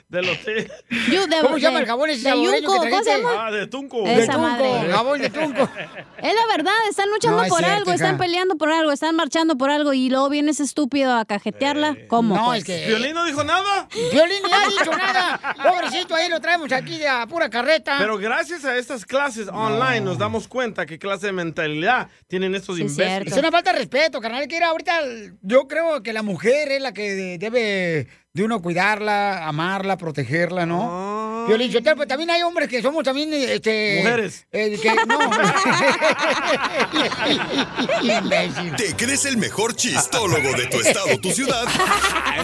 S4: Del hotel.
S5: Yu- de-
S3: ¿Cómo se
S5: de-
S3: llama el jabón ese
S5: de
S3: saboreño
S5: yunco,
S3: que
S5: ¿Cómo se
S3: trajiste?
S5: llama?
S4: Ah, de Tunco.
S3: De
S5: Esa
S3: tunco,
S5: madre.
S3: jabón de tunco.
S5: Es la verdad, están luchando
S3: No, es
S5: por
S3: cierto,
S5: algo,
S3: hija.
S5: están peleando por algo, están marchando por algo y luego viene ese estúpido a cajetearla. ¿Cómo?
S3: Eh, No,
S5: pues?
S3: es que...
S4: ¿Violín no dijo nada?
S3: Violín ni ha dicho nada. Ah, Pobrecito, ahí lo traemos aquí de a pura carreta.
S4: Pero gracias a estas clases online nos damos cuenta qué clase de mentalidad tienen estos imbéciles.
S3: Es una falta de respeto, carnal. Que era ahorita, yo creo que la mujer es la que de- debe de uno cuidarla, amarla, protegerla, ¿no? Violín, Sotelo, pero también hay hombres que somos también, este...
S2: Mujeres.
S3: eh, que, no. Imbécil.
S2: ¿Te crees el mejor chistólogo de tu estado o tu ciudad?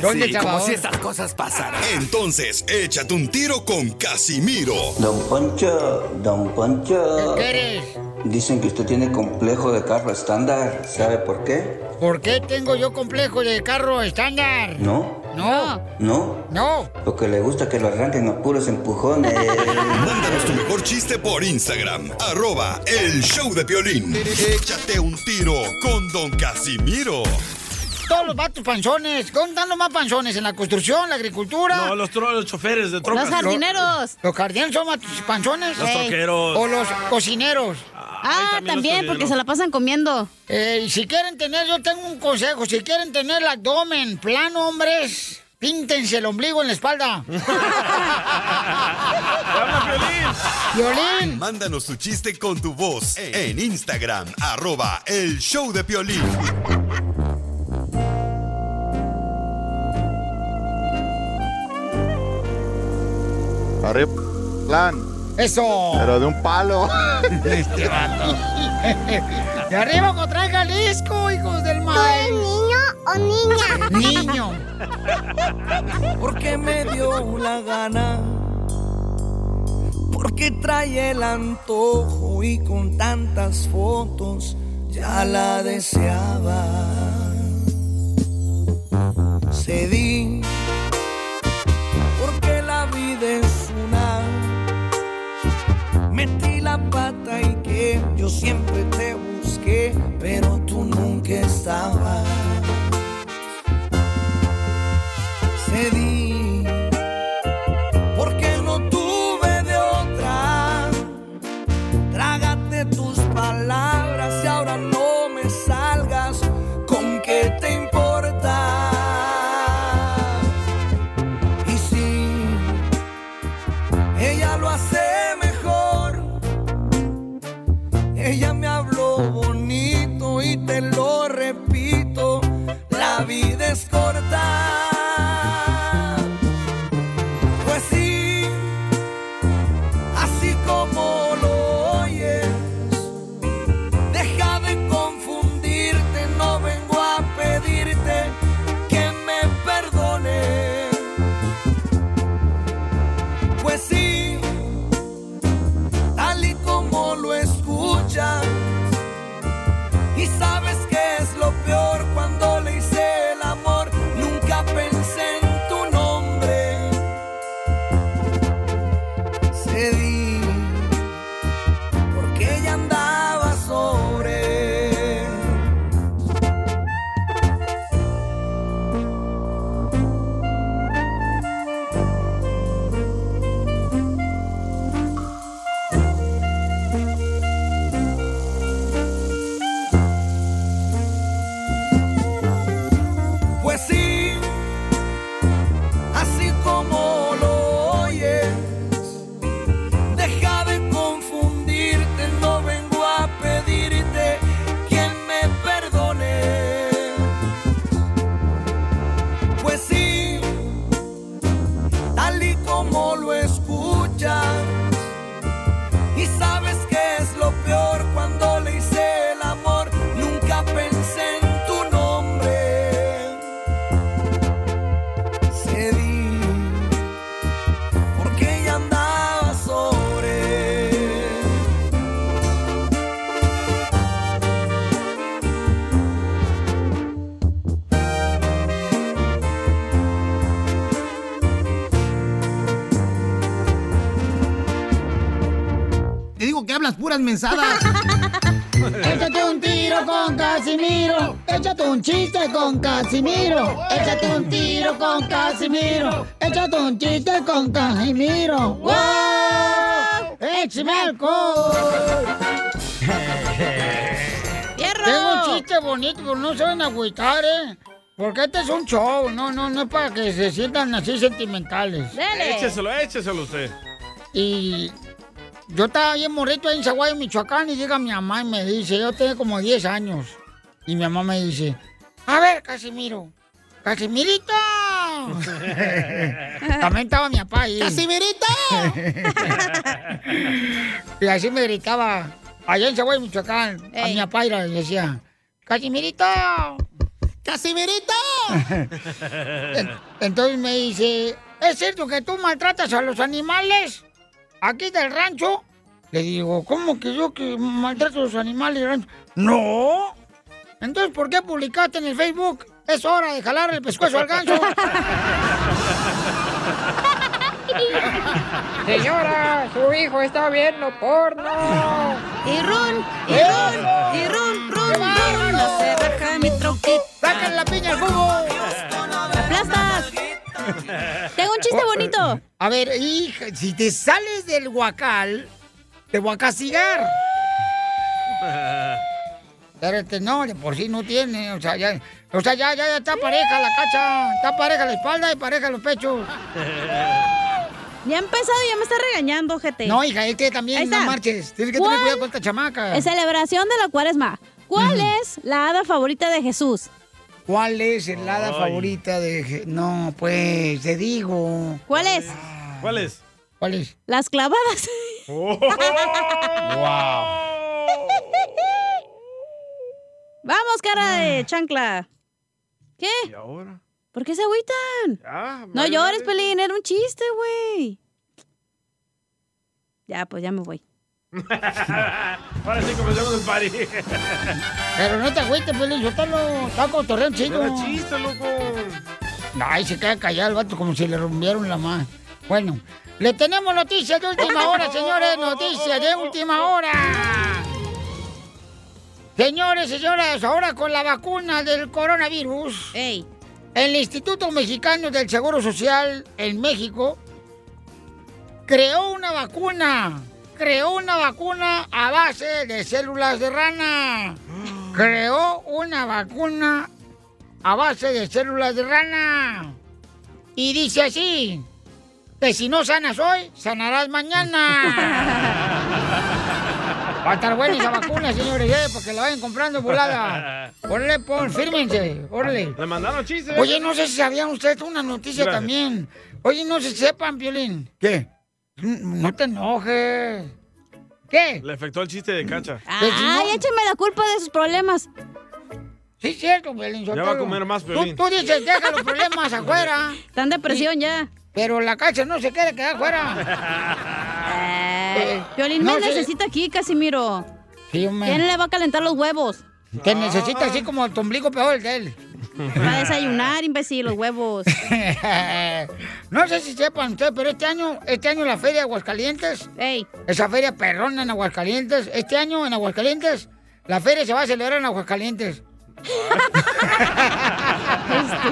S3: ¿Dónde, Sí, como chaval? si
S2: estas cosas pasaran. Entonces, échate un tiro con Casimiro.
S25: Don Poncho, don Poncho.
S3: ¿Qué eres?
S25: Dicen que usted tiene complejo de carro estándar. ¿Sabe por qué?
S3: ¿Por qué tengo yo complejo de carro estándar?
S25: No,
S3: No,
S25: no.
S3: no.
S25: Porque le gusta que lo arranquen a puros empujones.
S2: Mándanos tu mejor chiste por Instagram, arroba el show de Piolín. Échate un tiro con Don Casimiro.
S3: Todos los vatos panzones. ¿Dónde están los más panzones? ¿En la construcción, la agricultura?
S4: No, los, tro- los choferes de trocas.
S3: jardineros. Los jardineros son más panzones.
S4: Los
S3: Ey.
S4: troqueros.
S3: O los cocineros.
S5: Ah, también los también, cocineros. porque se la pasan comiendo.
S3: si quieren tener, yo tengo un consejo. Si quieren tener el abdomen plano, hombres, píntense el ombligo en la espalda. Violín.
S2: Mándanos tu chiste con tu voz en Instagram, arroba el show de Piolín.
S27: Arriba, plan.
S3: Eso.
S27: Pero de un palo.
S3: Este vato. De arriba Cotlán, Jalisco, hijos del
S9: ¿Tú eres
S3: mal.
S9: niño o niña?
S3: Niño.
S13: porque me dio la gana, porque trae el antojo y con tantas fotos ya la deseaba. Cedí, porque la vida es una. Metí la pata y que yo siempre te busqué, pero tú nunca estabas. Cedí, porque no tuve de otra. Trágate tus palabras y ahora no me salgas con que te importa. Y sí, ella lo hace mejor. Ella me habló bonito y te lo repito, la vida es corta. Pues sí, así como lo oyes, deja de confundirte, no vengo a pedirte que me perdones. Pues sí, tal y como lo escuchas. Y sabes que es lo peor cuando le hice el amor, nunca pensé en tu nombre. Cedí porque ella andaba sobre. Pues sí, así como lo oyes, deja de confundirte, no vengo a pedirte quien me perdone. Pues sí, tal y como lo escuchas, y sabes que es lo peor cuando le hice el amor, nunca pensé en tu nombre. Cedí porque ella andaba sobre.
S19: Te digo que hablas puras mensadas.
S3: Échate un tiro con Casimiro. Échate un chiste con Casimiro. Échate un tiro con Casimiro. Échate un chiste con Casimiro. ¡Eh, ¡Wow! ¡Échame alcohol! Tengo un chiste bonito, pero no se van a agüitar, ¿eh? Porque este es un show, no, no, no es para que se sientan así sentimentales.
S4: Écheselo, écheselo usted.
S3: Y yo estaba bien morrito ahí en Zaguayo, Michoacán, y llega mi mamá y me dice, yo tenía como 10 años. Y mi mamá me dice, a ver, Casimiro, Casimirito. También estaba mi papá ahí. ¡Casimirito! y así me gritaba, allá en Zaguayo, Michoacán, a mi papá y le decía, Casimirito, Casimirito. En- Entonces me dice, ¿es cierto que tú maltratas a los animales aquí del rancho? Le digo, ¿cómo que yo que maltrato a los animales del rancho? No. Entonces, ¿por qué publicaste en el Facebook? Es hora de jalar el pescuezo al ganso. Señora, su hijo está viendo porno. Y run, y run, y run, run, run. No se raja mi troquita. Sacan la piña al jugo.
S5: ¡Aplastas! Tengo un chiste bonito.
S3: A ver, hija, si te sales del huacal, te voy a castigar. Espérate, este, no, de por sí no tiene. O sea, ya, o sea, ya, ya, ya está pareja la cacha. Está pareja la espalda y pareja los pechos.
S5: Ya ha empezado y ya me está regañando, gente.
S3: No, hija, es que también
S5: Ahí
S3: no
S5: está.
S3: marches. Tienes que
S5: ¿Cuál
S3: tener cuidado con esta chamaca.
S5: es celebración de la cuaresma. ¿Cuál es la hada favorita de Jesús?
S3: ¿Cuál es el pues. hada favorita de... Je- No, pues, te digo.
S5: ¿Cuál es?
S4: ¿Cuál es? Oh.
S3: ¿Cuál es?
S5: Las clavadas.
S3: ¡Wow!
S5: Vamos, cara
S3: Ah.
S5: de chancla. ¿Qué?
S4: ¿Y ahora? Ah,
S5: ¿Por qué se agüitan? no
S4: vale,
S5: llores,
S4: vale.
S5: Pelín, era un chiste, güey. Ya, pues ya me voy.
S4: Ahora sí comenzamos el party.
S3: Pero no te agüites, Pelín, yo te lo estaba cotorreando, chico.
S4: Era chiste, loco.
S3: Ay, se queda callado el vato como si le rompieron la mano. Bueno, le tenemos noticias de última hora, señores, noticias de última hora. Señores, señoras, ahora con la vacuna del coronavirus, el Instituto Mexicano del Seguro Social en México creó una vacuna, creó una vacuna a base de células de rana, creó una vacuna a base de células de rana. Y dice así, que si no sanas hoy, sanarás mañana. Va a estar buena esa vacuna, señores, eh, para que la vayan comprando volada. Órale, pon, fírmense, órale.
S4: Le mandaron chistes.
S3: Oye, no sé si sabían ustedes una noticia
S4: Gracias.
S3: también. Oye, no se sepan, Violín. ¿Qué? No te enojes. ¿Qué?
S4: Le afectó el chiste de cacha.
S5: Ah.
S3: Pues,
S5: Ay, échame la culpa de sus problemas.
S3: Sí, es cierto, Violín.
S4: Ya va a comer más, Piolín.
S3: Tú, tú dices, deja los problemas afuera.
S5: Están depresión ya.
S3: Pero la cacha no se quiere quedar afuera.
S5: Eh, Piolín
S3: no
S5: me
S3: sé.
S5: necesita aquí, Casimiro.
S3: Sí, hombre.
S5: ¿Quién le va a calentar los huevos?
S3: Te necesita así como el ombligo peor de él.
S5: Para desayunar, imbécil, los huevos.
S3: no sé si sepan ustedes, pero este año, este año la feria de Aguascalientes, esa feria perrona en Aguascalientes, este año en Aguascalientes, la feria se va a celebrar en Aguascalientes.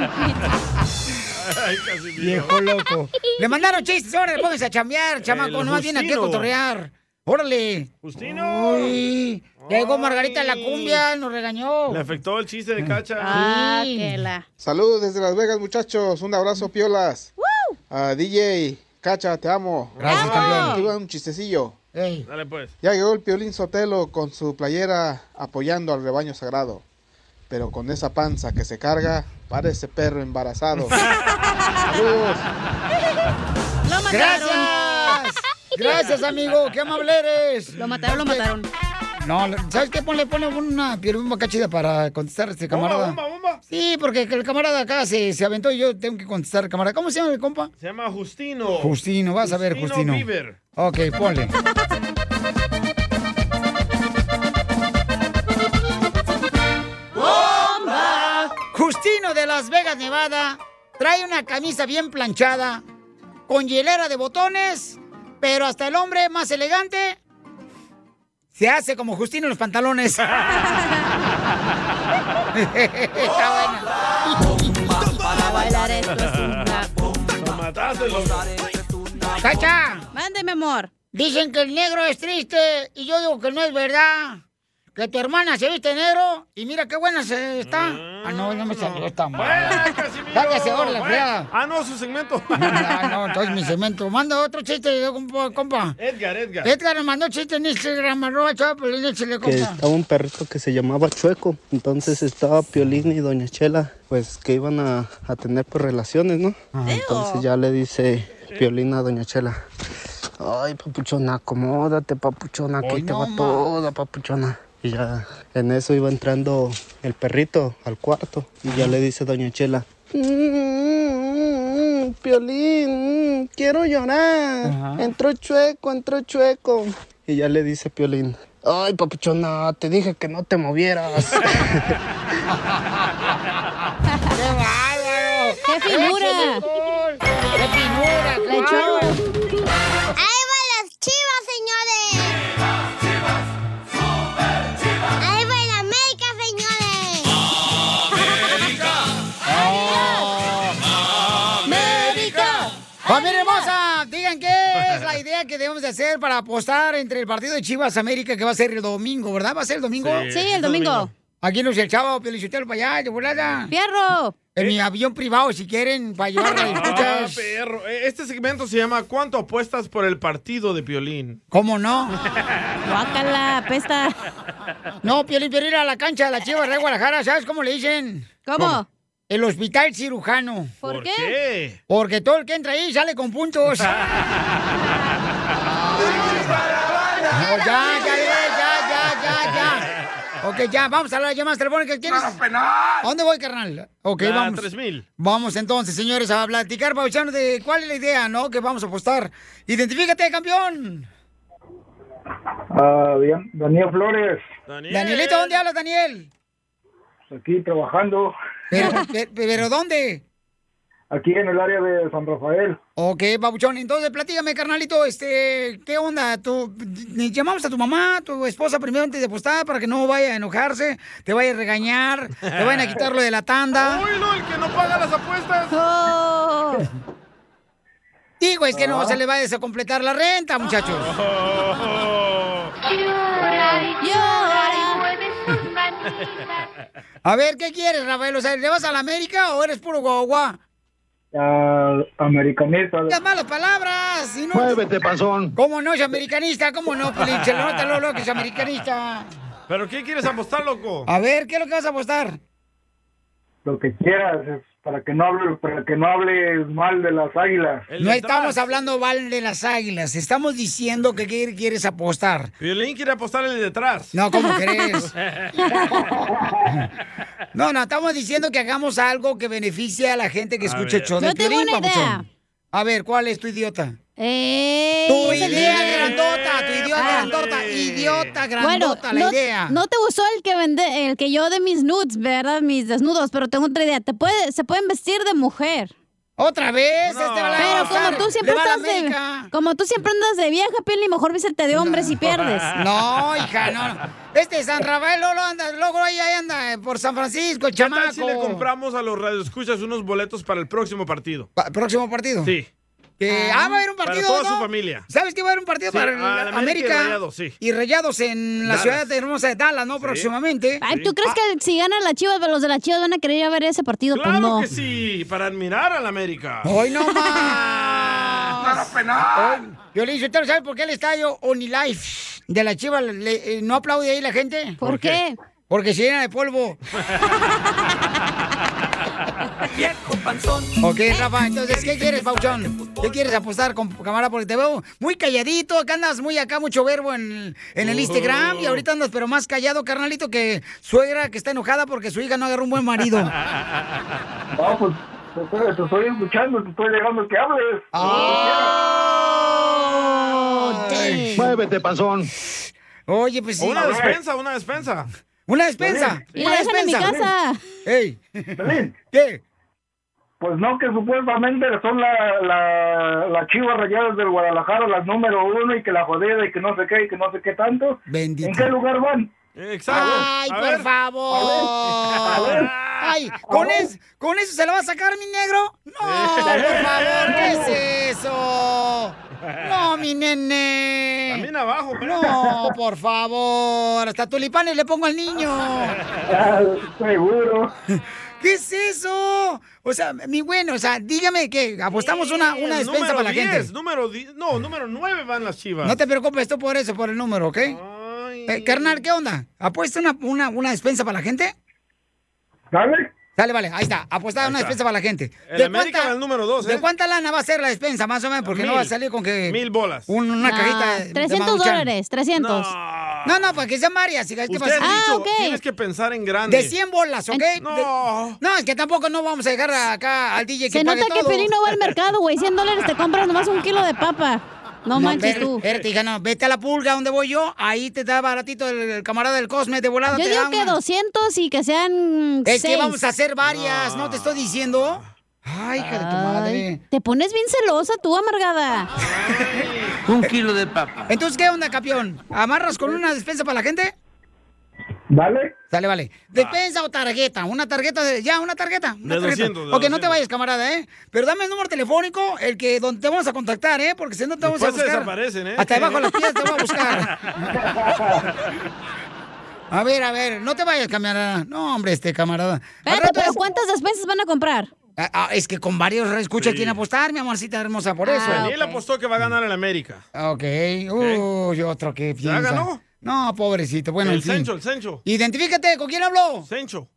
S5: Este,
S4: Ay, casi
S3: Viejo loco. Le mandaron chistes, ahora le pónganse a chambear, chamaco, nomás viene aquí a
S4: Justino.
S3: cotorrear. Órale. Justino. Uy, llegó Margarita la cumbia, nos regañó.
S4: Le afectó el chiste de cacha.
S3: Ah,
S4: Sí.
S3: que la- Mm.
S28: Saludos desde Las Vegas, muchachos. Un abrazo, piolas. Ah, DJ, Cacha, te amo.
S4: Gracias, campeón.
S28: Te iba a dar un chistecillo.
S4: Dale, pues.
S28: Ya llegó el Piolín Sotelo con su playera apoyando al rebaño sagrado. Pero con esa panza que se carga, parece perro embarazado. Saludos.
S5: ¡Lo mataron!
S3: ¡Gracias! Gracias, amigo. ¡Qué amable eres!
S5: Lo mataron, lo mataron.
S3: No, ¿sabes qué? Ponle, ponle una pierna cachida para contestar a este camarada.
S4: bomba,
S3: Sí, porque el camarada acá se, se aventó y yo tengo que contestar, camarada. ¿Cómo se llama el compa?
S4: Se llama Justino.
S3: Justino, vas a ver, Justino.
S4: Bieber.
S3: Ok, ponle.
S29: ¡Bomba!
S3: Justino de Las Vegas, Nevada, trae una camisa bien planchada, con hielera de botones, pero hasta el hombre más elegante se hace como Justino en los pantalones. Está bueno.
S29: Para
S5: bailar esto es una
S4: Lo mataste, loco.
S3: ¡Cacha!
S5: Mándeme, amor.
S3: Dicen que el negro es triste y yo digo que no es verdad. Que tu hermana se viste de negro y mira qué buena se está. Ah, no, no me salió tan mal. Cállese ahora la
S4: Bueno,
S3: fregada.
S4: Ah, no, su segmento.
S3: Ah, no, entonces mi cemento. Manda otro chiste, compa. compa.
S4: Edgar, Edgar.
S3: Edgar nos mandó chiste en Instagram, arroba Chapelín, échale,
S22: que
S3: compa.
S22: estaba un perrito que se llamaba Chueco. Entonces estaba Piolín y Doña Chela, pues que iban a, a tener pues relaciones, ¿no?
S3: Ah,
S22: Entonces ya le dice Piolín a Doña Chela. Ay, papuchona, acomódate, papuchona, que
S9: Hoy
S22: ahí te
S9: no
S22: va
S9: más.
S22: toda, papuchona. Y ya en eso iba entrando el perrito al cuarto. Y ya le dice Doña Chela,
S9: Mm, mm, Piolín, mm, quiero llorar. Entró chueco, entró chueco.
S22: Y ya le dice Piolín, ay papuchona, te dije que no te movieras.
S3: ¡Qué bárbaro!
S5: ¡Qué figura!
S3: ¡Qué figura!
S11: ¡Le echó!
S3: bárbaro!
S11: ¡Ahí van las chivas, señores! ¡Ahí va el América, señores!
S3: ¡América! ¡Familia hermosa! Digan qué es la idea que debemos de hacer para apostar entre el partido de Chivas América que va a ser el domingo, ¿verdad? ¿Va a ser el domingo?
S5: Sí, Sí, el es el domingo. domingo.
S3: Aquí nos echaba Pelichotelo para allá, de volada. ¡Fierro! En mi avión privado, si quieren, para llevar a
S4: Ah, perro. Eh, Este segmento se llama ¿Cuánto apuestas por el partido de Piolín?
S3: ¿Cómo no? Guácala, pesta. No, Piolín, Piolín, a la cancha de la Chivas de Guadalajara, ¿sabes cómo le dicen?
S5: ¿Cómo?
S3: El hospital cirujano.
S5: ¿Por ¿Por qué? qué?
S3: Porque todo el que entra ahí sale con puntos. ya. Ok, ya, vamos a las llamadas telefónicas. ¿Tienes? ¿A dónde voy, carnal? Ok,
S4: Ya,
S3: vamos.
S4: 3000.
S3: Vamos entonces, señores, a platicar, Pauchano, de cuál es la idea, ¿no? Que vamos a apostar. Identifícate, campeón.
S30: Ah, Dan- Daniel Flores,
S3: Danielito, ¿dónde hablas, Daniel?
S30: aquí trabajando.
S3: Pero, pe- pero ¿dónde?
S30: Aquí en el área de San Rafael.
S3: Ok, Papuchón, entonces platícame, carnalito, este, ¿qué onda? ¿Tú, le llamamos a tu mamá, tu esposa primero antes de apostar para que no vaya a enojarse, te vaya a regañar, te vayan a quitarlo de la tanda.
S4: ¡Uy, no, el que no paga las apuestas!
S3: Digo, es que no
S4: Ah.
S3: se le vaya a completar la renta, muchachos. A ver, ¿qué quieres, Rafael? O sea, ¿le vas a la América o eres puro guagua?
S30: Ah, americanista.
S3: Las malas palabras, si no...
S4: Pues,
S30: Muévete, panzón.
S3: ¿Cómo no es americanista? ¿Cómo no, Piolín? Se le nota lo loco que es americanista.
S4: ¿Pero qué quieres apostar, loco?
S3: A ver, ¿qué es lo que vas a apostar?
S30: Lo que quieras, es para que no hable, para que no hables mal de las águilas.
S3: No estamos hablando mal de las águilas, estamos diciendo que qué quieres apostar.
S4: Violín quiere apostar el de detrás.
S3: No, ¿cómo crees? No, no, estamos diciendo que hagamos algo que beneficie a la gente que
S4: A
S3: escucha
S4: ver.
S3: el show de
S5: Yo tengo
S3: Piolín,
S5: una idea.
S3: papuchón. A ver, ¿cuál es tu idiota?
S5: ¡Ey!
S3: Tu
S5: esa
S3: idea
S5: idea.
S3: grandota, tu idiota
S5: Ah.
S3: grandota, idiota
S5: Bueno,
S3: grandota, la
S5: no,
S3: idea.
S5: no te gustó el que vende, el que yo de mis nudes, ¿verdad? Mis desnudos, pero tengo otra idea. Te puede, se pueden vestir de mujer.
S3: ¿Otra vez? Este va a la-
S5: Pero
S3: usar.
S5: como tú siempre
S3: Le va a la
S5: estás de,
S3: América.
S5: como tú siempre andas de vieja, Piolín, mejor vístete de hombres y pierdes.
S3: No, hija, no. no. Este San Rafael Lolo anda, luego ahí ahí anda, eh, por San Francisco, el
S4: ¿Qué
S3: chamaco.
S4: tal si le compramos a los radioescuchas unos boletos para el próximo partido?
S3: ¿Próximo partido?
S4: Sí.
S3: Que, ah, va a haber un partido.
S4: Para toda
S3: ¿no?
S4: su familia.
S3: ¿Sabes qué va a haber un partido
S4: Sí,
S3: para el-
S4: ah,
S3: América,
S4: América y Rayados, sí.
S3: y Rayados en la
S4: Dallas.
S3: ciudad hermosa de Dallas, ¿no? Próximamente. Ah.
S5: Ay, ¿tú crees que si ganan las chivas, los de las chivas van a querer ir a ver ese partido? pues
S4: Claro
S5: no.
S4: que sí, para admirar al América.
S3: ¡Hoy no más! Yo le dije, ¿sabes por qué el estadio Life de la Chiva le- eh, no aplaude ahí la gente?
S5: ¿Por ¿Por qué?
S3: Porque se llena de polvo. Ok,
S5: ¿Eh?
S3: Rafa, entonces, ¿qué quieres, Pauchón? ¿Qué quieres apostar, com- camarada? Porque te veo muy calladito, acá andas muy acá, mucho verbo en, en el Instagram y ahorita andas pero más callado, carnalito, que suegra que está enojada porque su hija no agarró un buen marido.
S30: No, pues te estoy, te estoy escuchando, te estoy dejando que hables.
S3: Ah. ¡Oh! Muévete, panzón. Oye, pues sí.
S4: Una despensa, una despensa.
S3: Una despensa.
S4: Y
S3: una
S4: la dejan en mi
S3: despensa.
S4: casa.
S3: Ey. ¿Qué?
S30: Pues no, que supuestamente son la, la, las chivas rayadas del Guadalajara, las número uno, y que la jodida, y que no sé qué, y que no sé qué tanto.
S3: Bendito.
S30: ¿En qué lugar van?
S4: Exacto.
S3: Ay, pues, por favor. Ay, ¿con, es- ¿con eso se la va a sacar mi negro? No, por favor, ¿qué es eso? No, mi nene.
S4: También abajo, ¿eh? pero-
S3: No, por favor. Hasta tulipanes le pongo al niño.
S30: Seguro.
S3: ¿Qué es eso? O sea, mi bueno, o sea, dígame que apostamos una, una
S4: Eh,
S3: despensa
S4: número
S3: para la
S4: 10,
S3: gente.
S4: Número 10, no, número 9 van las chivas.
S3: No te preocupes, esto por eso, por el número, ¿ok? Eh, carnal, ¿qué onda? ¿Apuesta una, una, una despensa para la gente?
S30: Dale.
S3: Dale, vale, ahí está. Apuesta una
S4: está.
S3: despensa para la gente.
S4: El América va al número dos,
S3: ¿De
S4: ¿eh?
S3: cuánta lana va a ser la despensa, más o menos? Porque no
S4: Mil.
S3: va a salir con que...
S4: Mil bolas.
S3: un- una
S5: No,
S3: cajita de
S5: 300
S3: Maruchan.
S5: dólares, 300.
S3: No, no, para que sean varias. hija, ¿Qué
S4: Ustedes
S3: pasa?
S4: han dicho, tienes que pensar en grande.
S3: De 100 bolas, ¿ok?
S5: En-
S3: No. no, es que tampoco no vamos a dejar acá al DJ que
S5: Se
S3: pague
S5: nota que
S3: todo.
S5: Piolín no va al mercado, güey. 100 dólares te compras nomás un kilo de papa. No, manches
S3: espérate,
S5: tú.
S3: Espérate, hija, no. Vete a la pulga donde voy yo. Ahí te da baratito el, el camarada del Cosme de volada.
S5: Yo
S3: te
S5: digo
S3: da
S5: que
S3: una.
S5: 200 y que sean
S3: Es que
S5: seis.
S3: vamos a hacer varias, ¿no? te estoy diciendo? Ay, hija de tu madre. Ah.
S5: Te pones bien celosa tú, amargada.
S20: Un kilo de papa.
S3: Entonces, ¿qué onda, campeón? ¿Amarras con una despensa para la gente?
S30: ¿Vale?
S3: Dale, vale.
S4: Ah.
S3: ¿Despensa o tarjeta? Una tarjeta, de- ya, una tarjeta. Una
S30: De
S3: tarjeta.
S30: 200, de
S3: ok, no te vayas, camarada, ¿eh? Pero dame el número telefónico, el que donde te vamos a contactar, ¿eh? Porque si no te vamos
S4: Después
S3: a
S4: se
S3: buscar.
S4: desaparecen, ¿eh?
S3: Hasta debajo de las piedras te voy a buscar. A ver, a ver, no te vayas, camarada. No, hombre, este camarada. Al
S5: Espérate,
S3: rato
S5: pero
S3: es-
S5: ¿cuántas despensas van a comprar?
S3: Ah, ah, es que con varios escucha quién apostar, mi amorcita hermosa, por
S5: Ah,
S3: eso. Ah,
S4: Daniel apostó que va a ganar el América.
S3: Ok. Uy, otro que piensa.
S4: ganó?
S3: No, pobrecito. Bueno,
S4: el
S3: en fin.
S4: Sencho, el Sencho.
S3: Identifícate, ¿con quién habló?
S4: Sencho.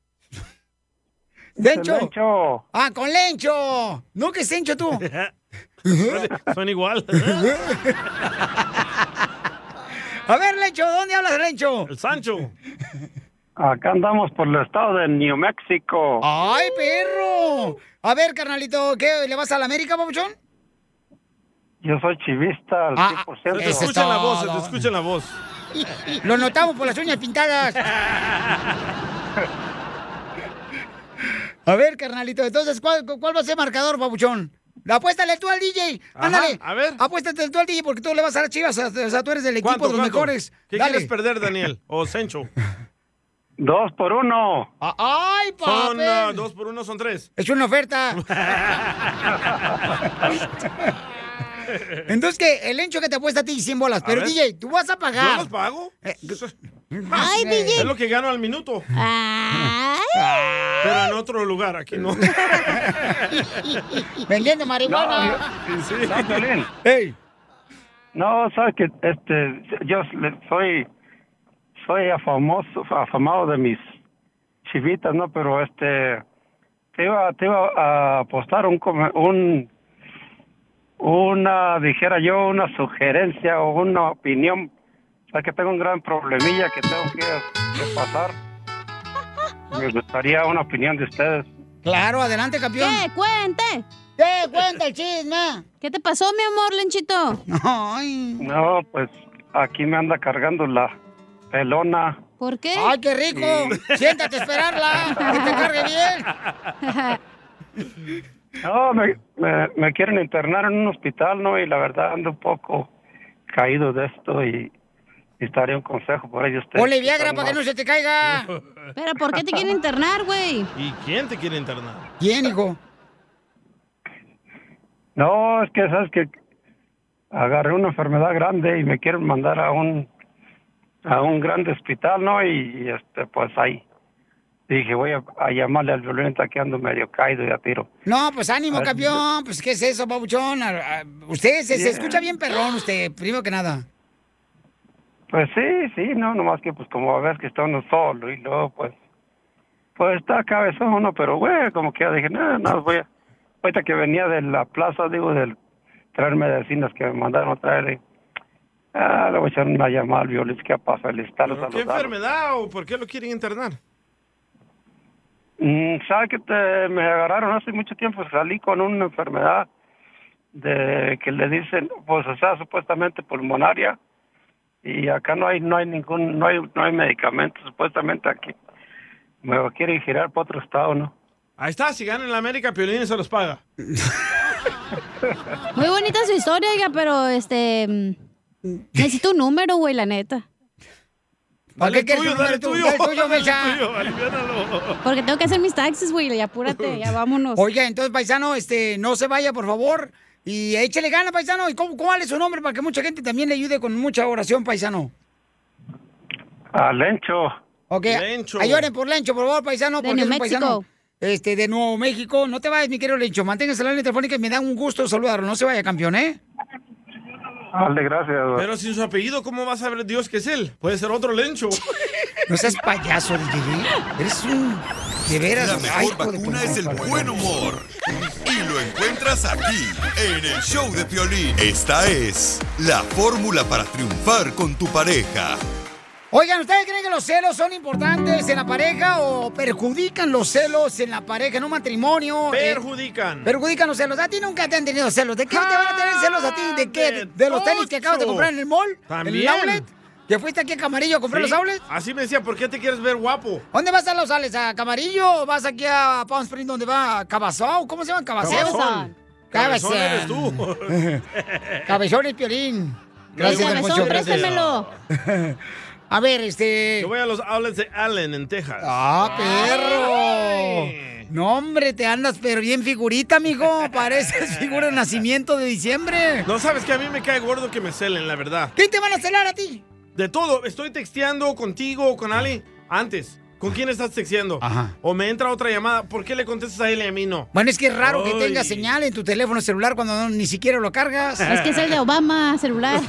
S3: ¿Dencho?
S4: Lencho.
S3: Ah, con Lencho. No, que Sencho tú.
S4: Son igual.
S3: A ver, Lencho, ¿dónde hablas, Lencho?
S4: El Sancho.
S16: Acá andamos por el estado de New Mexico.
S3: ¡Ay, perro! A ver, carnalito, ¿qué? ¿Le vas a la América, papuchón?
S16: Yo soy chivista al
S3: Ah,
S16: 100%.
S3: se te Eso escucha es la voz, se te todo. escucha
S4: la voz.
S3: Lo notamos por las uñas pintadas. A ver, carnalito, entonces, ¿cuál, cuál va a ser marcador, papuchón? Apuéstale tú al DJ.
S4: Ajá,
S3: Ándale.
S4: a ver.
S3: Apuéstate tú al DJ porque tú le vas a las chivas. O sea, tú eres del equipo de los mejores.
S4: ¿Qué
S3: Dale.
S4: quieres perder, Daniel? O Sancho.
S16: Dos por uno.
S3: Ah, ¡Ay, papel!
S4: Son ah, dos por uno, son tres.
S3: Es una oferta. Entonces, que el encho que te apuesta a ti 100 bolas. Pero,
S4: ver.
S3: DJ, tú vas a pagar. Eh,
S4: ¿Yo los pago?
S3: Ay, DJ.
S4: Es lo que gano al minuto. Pero en otro lugar, aquí no.
S3: Vendiendo marihuana.
S16: No, Ah, Piolín.
S3: Ey.
S16: No, sabes que este, yo le- soy, soy afamoso, afamado de mis chivitas, ¿no? Pero este, te iba, te iba a apostar un, come- un, una, dijera yo, una sugerencia o una opinión. O sea, que tengo un gran problemilla que tengo que, que pasar. Me gustaría una opinión de ustedes.
S3: Claro, adelante, campeón.
S5: ¿Qué? Cuente.
S3: ¿Qué? Cuenta el chisme.
S5: ¿Qué te pasó, mi amor, Lenchito?
S16: No, pues aquí me anda cargando la pelona.
S5: ¿Por qué?
S3: ¡Ay, qué rico! Siéntate a esperarla. Que te cargue bien.
S16: No, me, me, me quieren internar en un hospital, ¿no? Y la verdad ando un poco caído de esto y, y estaría un consejo por ellos.
S3: Ponle Viagra para que no se te caiga.
S5: Pero, ¿por qué te quieren internar, güey?
S4: ¿Y quién te quiere internar?
S3: ¿Quién, hijo?
S16: No, es que sabes que agarré una enfermedad grande y me quieren mandar a un a un grande hospital, ¿no? Y, y, este pues ahí dije, voy a, a llamarle al violento que ando medio caído y a tiro.
S3: No, pues ánimo,
S16: Ay,
S3: campeón. Pues, ¿qué es eso, babuchón? A- a- Usted se, se
S16: Yeah.
S3: escucha bien perrón, usted, primero que nada.
S16: Pues sí, sí, no, nomás que pues como a ver que está uno solo y luego pues pues está cabezón uno, pero güey, como que ya dije, no, no, voy a, ahorita que venía de la plaza, digo, del traer medicinas que me mandaron a traer, eh, ah, le voy a echar una llamada al violín, ¿qué pasa? Felicitarlos,
S4: ¿Qué
S16: saludarlos.
S4: enfermedad o por qué lo quieren internar?
S16: Mm, ¿Sabes que te, me agarraron hace mucho tiempo? Salí con una enfermedad de que le dicen, pues, o sea, supuestamente pulmonaria. Y acá no hay, no hay ningún, no hay, no hay medicamento, supuestamente aquí. Me lo quieren girar para otro estado, ¿no?
S4: Ahí está, si ganan en la América, Piolín se los paga.
S5: Muy bonita su historia, oiga, pero este. mm, Necesito un número, güey, la neta.
S3: ¿Para
S4: Dale
S3: qué quieres
S4: tuyo,
S3: un número
S4: dale
S3: tú?
S4: tuyo,
S3: Dale tuyo,
S4: dale
S3: Mecha.
S4: tuyo, aliviánalo.
S5: Porque tengo que hacer mis taxis, güey, ya apúrate, ya vámonos.
S3: Oiga, entonces, paisano, este, no se vaya, por favor. Y échele gana, paisano. ¿Y cómo, cuál es su nombre? Para que mucha gente también le ayude con mucha oración, paisano.
S16: A Lencho.
S3: Ok. Ayúden por Lencho, por favor, paisano.
S5: De
S3: porque
S5: New
S3: es un
S5: Mexico.
S3: paisano, Este, de Nuevo México. No te vayas, mi querido Lencho. Manténgase en la línea telefónica y me da un gusto saludarlo. No se vaya, campeón, ¿eh?
S4: Ah,
S16: Dale, gracias.
S4: Pero sin su apellido, ¿cómo va a saber Dios que es él? Puede ser otro lencho.
S3: No seas payaso, DJ. Eres un... De veras.
S2: La mejor
S3: ay, hijo de tu
S2: vacuna es el
S3: madre.
S2: buen humor. Y lo encuentras aquí, en el show de Piolín. Esta es la fórmula para triunfar con tu pareja.
S3: Oigan, ¿ustedes creen que los celos son importantes en la pareja o perjudican los celos en la pareja, en un matrimonio? Eh,
S4: Perjudican.
S3: perjudican los celos. A ti nunca te han tenido celos. ¿De qué te van a tener celos a ti? ¿De qué? ¿De, de los tenis que acabas de comprar en el mall? ¿En
S4: También.
S3: el outlet? ¿Te fuiste aquí a Camarillo a comprar
S4: Sí,
S3: los outlets?
S4: Así me decía, ¿por qué te quieres ver guapo?
S3: ¿Dónde vas a los outlets? ¿A Camarillo o vas aquí a Palm Spring donde va Cabazón? ¿Cómo se llama? Cabazón. Cabazón.
S4: Cabazón. Cabezón eres tú.
S3: Cabezón y Piolín. Gracias,
S4: Cabezón,
S3: Alfonso, gracias.
S4: préstamelo.
S3: A ver, este...
S4: Yo voy a los outlets de Allen, en Texas.
S3: ¡Ah, perro! No, hombre, te andas pero bien figurita, mijo. Pareces figura de nacimiento de diciembre.
S4: No sabes que a mí me cae gordo que me celen, la verdad.
S3: ¿Qué te van a celar a ti? Ah.
S4: De todo. Estoy texteando contigo o con Ali antes. ¿Con quién estás texteando?
S3: Ajá.
S4: O me entra otra llamada. ¿Por qué le contestas a él y a mí no?
S3: Bueno, es que es raro que
S4: Ay.
S3: tenga señal en tu teléfono celular cuando no- ni siquiera lo cargas.
S5: Es que es el de Obama, celular.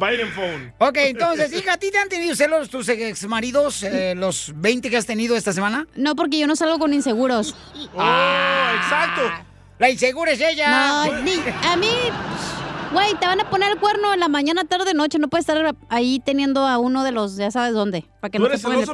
S4: Biden phone.
S3: Ok, entonces, hija, ¿a ti te han tenido celos tus exmaridos, eh, los 20 que has tenido esta semana? Ah.
S5: No, porque yo no salgo con inseguros.
S4: Oh, exacto.
S3: La insegura es ella.
S5: No, ni- a mí Güey, te van a poner el cuerno en la mañana, tarde, noche. No puedes estar ahí teniendo a uno de los, ya sabes dónde, para que
S3: ¿Tú
S5: no te
S3: eres
S5: pongan el
S3: celoso,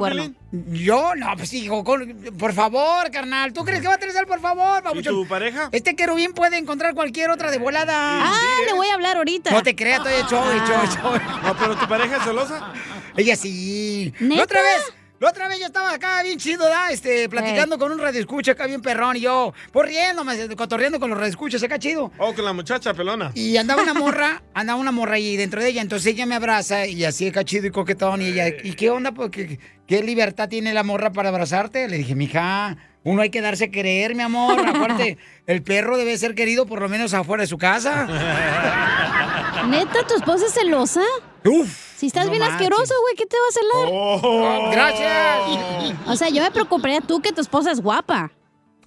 S5: cuerno.
S3: Yo, no, pues hijo, con- por favor, carnal. ¿Tú crees que va a interesar, por favor, babuchón?
S4: tu pareja?
S3: Este querubín puede encontrar cualquier otra de volada.
S5: Ah, le voy a hablar ahorita.
S3: No te creas, todavía Choy, Choy, Choy.
S4: No, pero tu pareja es celosa.
S3: Ella sí. La otra vez, la otra vez yo estaba acá bien chido, ¿da? Este, platicando con un radioescucha acá bien perrón y yo, por riéndome, cotorreando con los radioescuchas acá chido.
S4: O Oh, con la muchacha pelona.
S3: Y andaba una morra, andaba una morra ahí dentro de ella, entonces ella me abraza y así acá chido y coquetón y ella,
S5: Eh.
S3: ¿y qué onda? Pues, ¿qué, qué libertad tiene la morra para abrazarte? Le dije, mija, uno hay que darse a querer, mi amor. Aparte, el perro debe ser querido por lo menos afuera de su casa.
S5: ¿Neta, tu esposa es celosa?
S3: Uf.
S5: Si estás
S3: no
S5: bien
S3: manches.
S5: asqueroso, güey, ¿qué te va a celar?
S3: Oh, gracias.
S5: O sea, yo me preocuparía tú que tu esposa es guapa.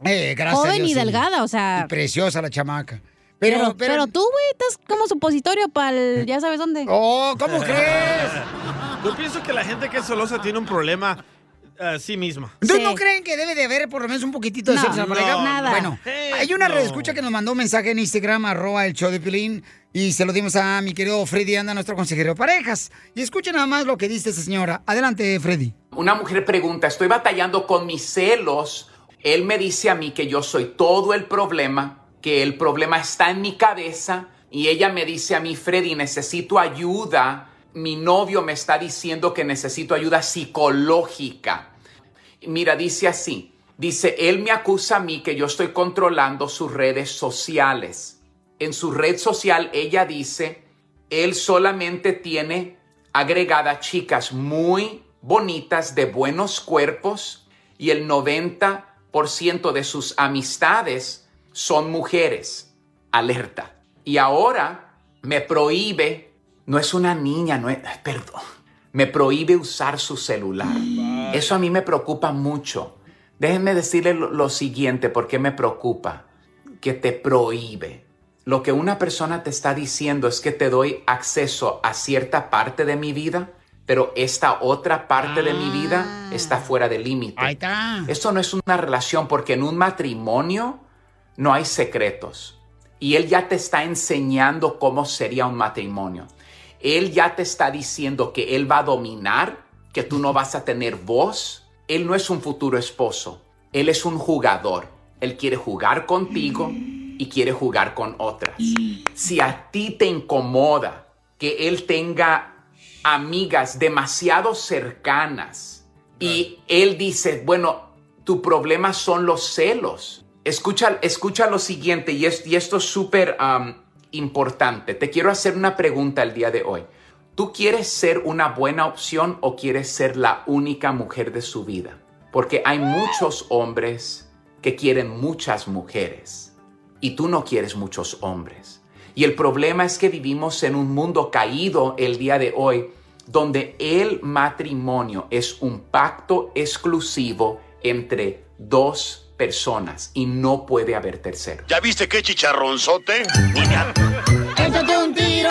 S3: Eh, gracias a
S5: Joven
S3: Dios,
S5: y
S3: sí.
S5: delgada, o sea.
S4: Ah.
S3: Y preciosa la chamaca.
S5: Pero,
S3: Pero,
S5: pero, tú, güey, estás como supositorio para el ya sabes dónde.
S3: Oh,
S4: ¿Cómo crees? Yo pienso que la gente que es celosa tiene un problema a sí misma.
S3: ¿Ustedes no creen que debe de haber por lo menos un poquitito de
S4: No,
S3: sexo en la pareja?
S4: no, nada.
S3: Bueno, hay una redescucha que nos mandó un mensaje en Instagram, arroba el show de Pilín, y se lo dimos a mi querido Freddy Anda, nuestro consejero de parejas. Y escuchen nada más lo que dice esa señora. Adelante, Freddy.
S31: Una mujer pregunta, estoy batallando con mis celos. Él me dice a mí que yo soy todo el problema, que el problema está en mi cabeza y ella me dice a mí, Freddy, necesito ayuda. Mi novio me está diciendo que necesito ayuda psicológica. Mira, dice así. Dice, él me acusa a mí que yo estoy controlando sus redes sociales. En su red social ella dice, él solamente tiene agregadas chicas muy bonitas, de buenos cuerpos, y el 90% de sus amistades son mujeres. Alerta. Y ahora me prohíbe, no es una niña, no es, ay, perdón, me prohíbe usar su celular. Eso a mí me preocupa mucho. Déjenme decirle lo, lo siguiente, porque me preocupa, que te prohíbe. Lo que una persona te está diciendo es que te doy acceso a cierta parte de mi vida, pero esta otra parte de mi vida está fuera de límite. Esto no es una relación porque en un matrimonio no hay secretos. Y él ya te está enseñando cómo sería un matrimonio. Él ya te está diciendo que él va a dominar, que tú no vas a tener voz. Él no es un futuro esposo. Él es un jugador. Él quiere jugar contigo y quiere jugar con otras. Si a ti te incomoda que él tenga amigas demasiado cercanas y él dice, bueno, tu problema son los celos. Escucha, escucha lo siguiente y, es- y esto es súper um, importante. Te quiero hacer una pregunta el día de hoy. ¿Tú quieres ser una buena opción o quieres ser la única mujer de su vida? Porque hay muchos hombres que quieren muchas mujeres y tú no quieres muchos hombres. Y el problema es que vivimos en un mundo caído el día de hoy donde el matrimonio es un pacto exclusivo entre dos personas y no puede haber tercero.
S32: ¿Ya viste qué chicharronzote?
S11: Échate un tiro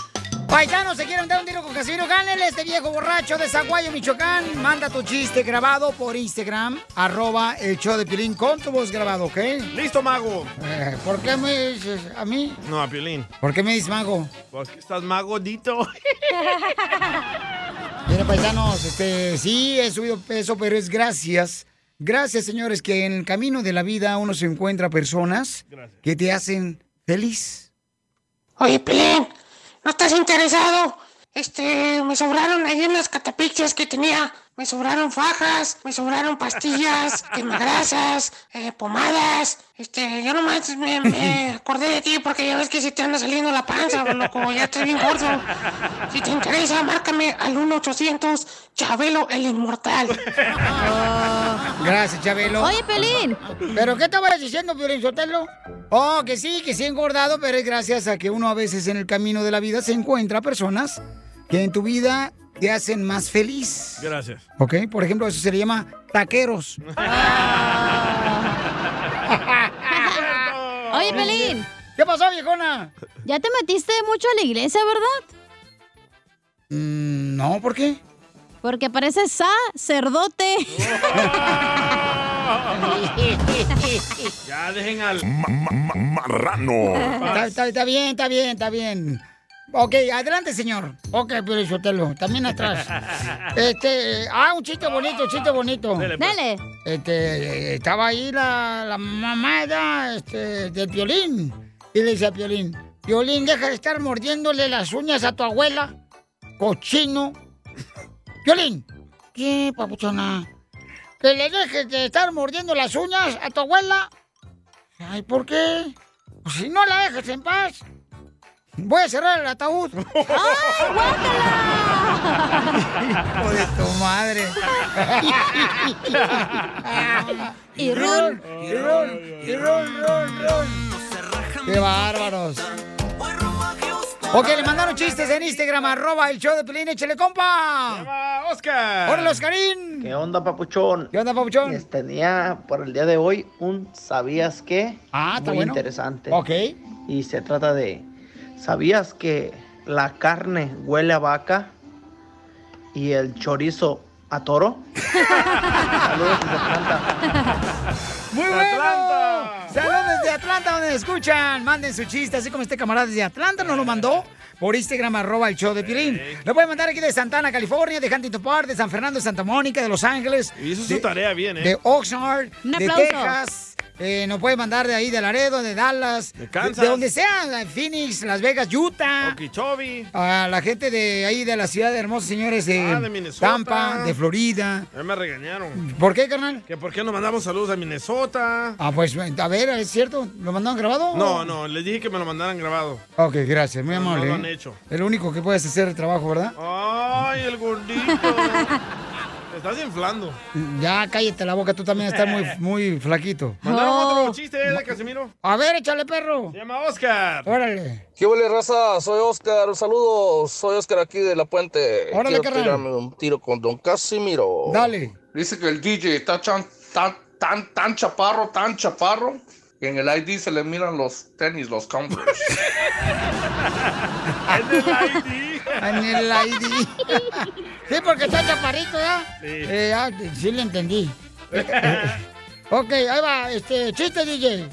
S3: Paisanos, se quieren dar un tiro con Casimiro, gánenle a este viejo borracho de Zaguayo, Michoacán. Manda tu chiste grabado por Instagram, arroba el show de Pilín con tu voz grabado, ¿ok? Eh,
S4: Listo, mago.
S3: ¿Por qué me dices a mí?
S4: No, a Piolín.
S3: ¿Por qué me dices mago?
S4: Porque Pues estás magodito.
S3: Mira, paisanos, este, sí, he subido peso, pero es gracias. Gracias, señores, que en el camino de la vida uno se encuentra personas que te hacen feliz.
S14: Oye, Pelín, ¿no estás interesado? Este, me sobraron ahí en las catapichas que tenía. Me sobraron fajas, me sobraron pastillas, quemagrasas, eh, pomadas. Este, yo nomás me, me acordé de ti porque ya ves que si te anda saliendo la panza, loco, ya estás bien gordo. Si te interesa, márcame al 1-800 Chabelo el Inmortal.
S3: Gracias, Chabelo.
S14: Oye,
S3: Pelín. ¿Pero qué estabas diciendo, Piolín Sotelo? Oh, que sí, que sí he engordado, pero es gracias a que uno a veces en el camino de la vida se encuentra personas que en tu vida te hacen más feliz.
S4: Gracias.
S3: ¿Ok? Por ejemplo, eso se le llama taqueros.
S5: Oye, Pelín.
S3: ¿Qué pasó, viejona?
S5: Ya te metiste mucho a la iglesia, ¿verdad?
S3: Mm, No, ¿por qué?
S5: Porque parece sacerdote.
S4: Ya dejen al.
S22: marrano.
S3: Está, está- está bien, está bien, está bien. Ok, adelante, señor. Ok, pero suéltalo. También atrás. Este, eh, ah, un chiste bonito, un chiste bonito. Dale. Este, eh, estaba ahí la, la mamada este, del Piolín. Y le dice a Piolín, Piolín, deja de estar mordiéndole las uñas a tu abuela, cochino. Piolín, ¿qué, papuchona? Que le dejes de estar mordiendo las uñas a tu abuela. Ay, ¿por qué? Pues si no la dejas en paz, voy a cerrar el ataúd. ¡Ay, guácala! Hijo de tu madre.
S11: Y run,
S3: y run, y run, run, run. ¡Qué bárbaros! Ok, le mandaron chistes en Instagram, arroba el show de Pelín, échale compa.
S4: Oscar.
S3: ¡Órale, Oscarín!
S20: ¿Qué onda, papuchón?
S3: ¿Qué onda, papuchón?
S20: Les tenía por el día de hoy un ¿sabías qué?
S3: Ah, está
S20: Muy
S3: bueno.
S20: interesante.
S3: Ok.
S20: Y se trata de, ¿sabías que la carne huele a vaca y el chorizo a toro? Saludos desde Atlanta.
S3: ¡Muy bueno! Saludos de Atlanta, donde nos escuchan. Manden su chiste, así como este camarada desde Atlanta nos lo mandó por Instagram, arroba el show de Piolín. Lo pueden mandar aquí de Santana, California, de Huntington Park, de San Fernando, de Santa Mónica, de Los Ángeles.
S4: Y hizo
S3: de-
S4: su tarea bien, ¿eh?
S3: De Oxnard,
S4: Un
S3: de
S4: aplauso.
S3: Texas. eh, nos pueden mandar de ahí, de Laredo, de Dallas. De
S4: Kansas.
S3: De, donde sea, Phoenix, Las Vegas, Utah.
S4: Okeechobee.
S3: A la gente de ahí, de la ciudad de hermosos señores de,
S4: Ah, de Minnesota.
S3: Tampa, de Florida.
S4: Ya me regañaron.
S3: ¿Por qué, carnal?
S4: Que por qué no mandamos saludos a Minnesota.
S3: Ah, pues, a ver, ¿es cierto? ¿Lo mandaron grabado?
S4: No, no, les dije que me lo mandaran grabado.
S3: Ok, gracias, muy
S4: No,
S3: amable.
S4: no lo
S3: ¿eh?
S4: han hecho.
S3: El único que puedes hacer el trabajo, ¿verdad?
S4: Ay, el gordito. Te estás inflando.
S3: Ya, cállate la boca, tú también estás muy, muy flaquito.
S4: Mandaron otro chiste de Casimiro.
S3: A ver, échale, perro.
S4: Se llama Oscar.
S3: Órale.
S21: ¿Qué huele, raza? Soy Oscar, un saludo. Soy Oscar aquí de La Puente.
S3: Órale,
S21: Quiero
S3: carnal.
S21: tirarme un tiro con Don Casimiro.
S3: Dale.
S21: Dice que el DJ está chan- tan, tan, tan chaparro, tan chaparro, que en el ID se le miran los tenis, los Converse.
S3: Ah, En el ID. sí, porque está chaparrito, ¿verdad?
S21: Sí.
S3: Eh, ah, sí le entendí. ok, ahí va, este, chiste, DJ.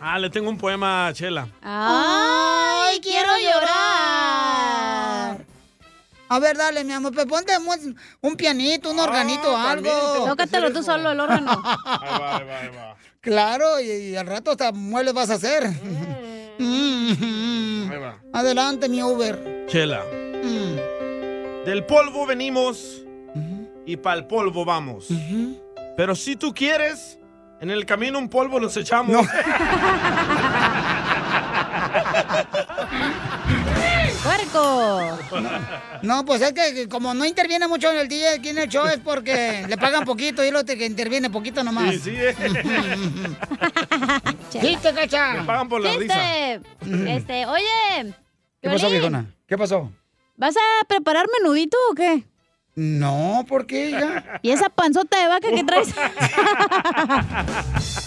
S4: Ah, le tengo un poema a Chela.
S5: Ah. ¡Ay, quiero
S3: llorar! A ver, dale, mi amor, pues ponte un, un pianito,
S4: Ah,
S3: un organito, algo.
S5: Tócatelo tú solo el órgano.
S3: Claro, y, y al rato hasta muebles vas a hacer. Mm.
S4: Ahí va.
S3: Adelante, mi Uber.
S4: Chela.
S5: Mm.
S4: Del polvo venimos y pa'l polvo vamos. Pero si tú quieres, en el camino un polvo nos echamos.
S5: ¡Puerco!
S3: No, pues es que que como no interviene mucho en el día aquí en el show es porque le pagan poquito y lo te- que interviene poquito nomás.
S4: Sí, sí, eh.
S3: ¿Viste, cacha?
S4: Le pagan por la
S5: Chiste. Este, oye.
S3: ¿Qué pasó,
S5: Piolín,
S3: viejona? ¿Qué pasó?
S5: ¿Vas a preparar menudito o qué?
S3: No, ¿por qué, hija? Oh.
S5: ¿Y esa panzota de vaca que traes?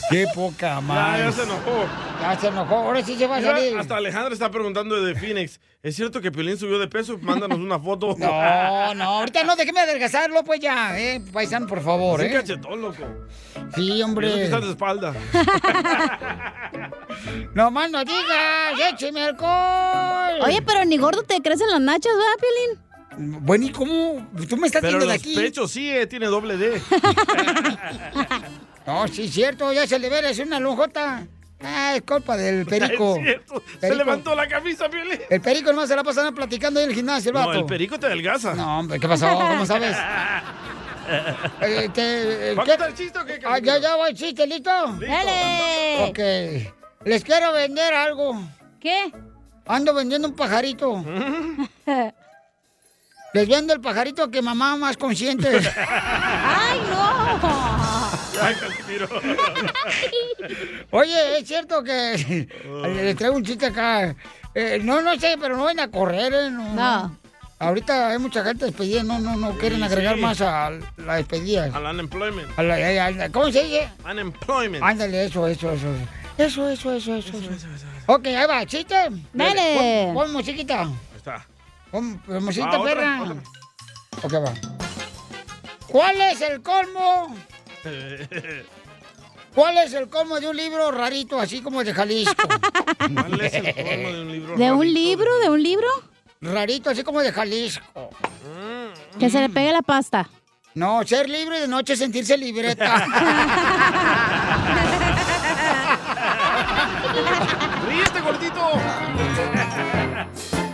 S3: Qué poca
S4: Ya,
S3: madre.
S4: Ah, ya se enojó.
S3: Ya se enojó. Ahora sí se va a
S4: Mira,
S3: salir.
S4: Hasta Alejandra está preguntando de Phoenix. ¿Es cierto que Piolín subió de peso? Mándanos una foto.
S3: No, no, ahorita no, déjeme adelgazarlo, pues ya, eh, paisano, por favor,
S4: Sí,
S3: eh.
S4: cachetón, loco.
S3: Sí, hombre.
S4: Y eso que estás de espalda.
S3: No más no digas, écheme alcohol.
S5: Oye, pero ni gordo te crecen las nachas, ¿verdad, Piolín?
S3: Bueno, ¿y cómo? Tú me estás
S4: Pero
S3: viendo
S4: los
S3: de aquí.
S4: pechos sí, eh, tiene doble D.
S3: No, sí, cierto, ya se le ve, es una lonjota. Ah, es culpa del perico.
S4: Es cierto. Se
S3: Perico.
S4: levantó la camisa, Piolín.
S3: El perico no se la pasan platicando ahí en el gimnasio, el vato.
S4: No, el perico te adelgaza.
S3: No, hombre, ¿qué pasó? ¿Cómo sabes? Eh, te- eh,
S4: ¿Va a
S3: ¿qué-
S4: contar el chiste o qué?
S3: Ah, ya, ya va el chiste, ¿listo?
S5: ¡Dale!
S3: Ok. Les quiero vender algo.
S5: ¿Qué?
S3: Ando vendiendo un pajarito. Les vendo el pajarito que mamá más consiente.
S5: ¡Ay, no!
S4: Ay, Casimiro.
S3: Oye, es cierto que les traigo un chiste acá. Eh, no, no sé, pero no vayan a correr, ¿eh? No. no. Ahorita hay mucha gente despedida, no, no, no quieren agregar
S4: sí.
S3: más a la despedida.
S4: Al unemployment.
S3: A la- a la- eh, ¿Cómo se dice?
S4: Unemployment.
S3: Ándale, eso, eso, eso. Eso, eso, eso, eso. eso. Ok, ahí va, chiste.
S4: Dale.
S3: Pon, pon musiquita.
S4: Ahí está.
S3: Hom- Hermosita
S11: Va, otra,
S3: perra.
S11: otra.
S3: Ok, va. ¿Cuál es el colmo?
S4: Eh,
S3: ¿Cuál es el colmo de un libro rarito, así como el de Jalisco? ¿Cuál es el colmo de un libro
S5: ¿De un libro? ¿De un libro?
S3: Rarito, así como de Jalisco.
S5: Mm. Que se le pegue la pasta.
S3: No, ser libre de noche, sentirse libreta.
S4: ¡Ríete, gordito!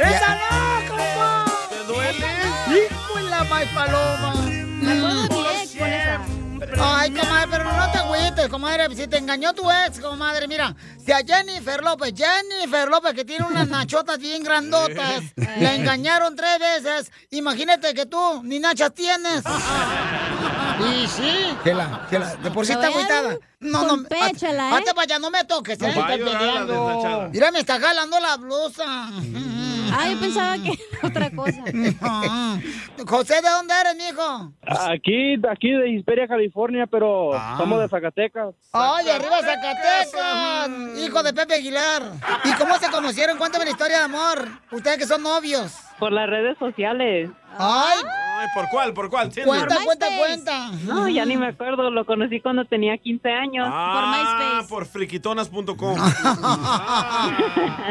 S3: ¡Esa no, compa! ¿Te duele? ¡Hijo en la mai paloma! Ay, comadre, pero no te agüites, comadre. Si te engañó tu ex, comadre, mira. Si a Jennifer López, Jennifer López, que tiene unas nachotas bien grandotas, la engañaron tres veces. Imagínate que tú ni nachas tienes. Y sí.
S11: Gela, Gela,
S3: De por sí está agüitada. No, no, péchala, Hazte para allá, no me toques, ¿eh?
S11: Va a llorar la
S3: Estás
S11: desnachada.
S3: Mira, me está jalando la blusa. Ay, Ah, yo pensaba que otra cosa. José, ¿de dónde eres, mijo?
S18: Aquí, aquí de Hisperia, California, pero
S3: Ah.
S18: somos de Zacatecas.
S3: Ay, arriba Zacatecas, hijo de Pepe Aguilar. ¿Y cómo se conocieron? Cuéntame la historia de amor. Ustedes que son novios.
S6: Por las redes sociales.
S3: Ay,
S4: Ay, ¿Por cuál? ¿Por cuál? Tinder.
S3: cuenta, cuenta, cuenta.
S6: No, ya ni me acuerdo, lo conocí cuando tenía 15 años.
S4: Ah, por friquitonas.com.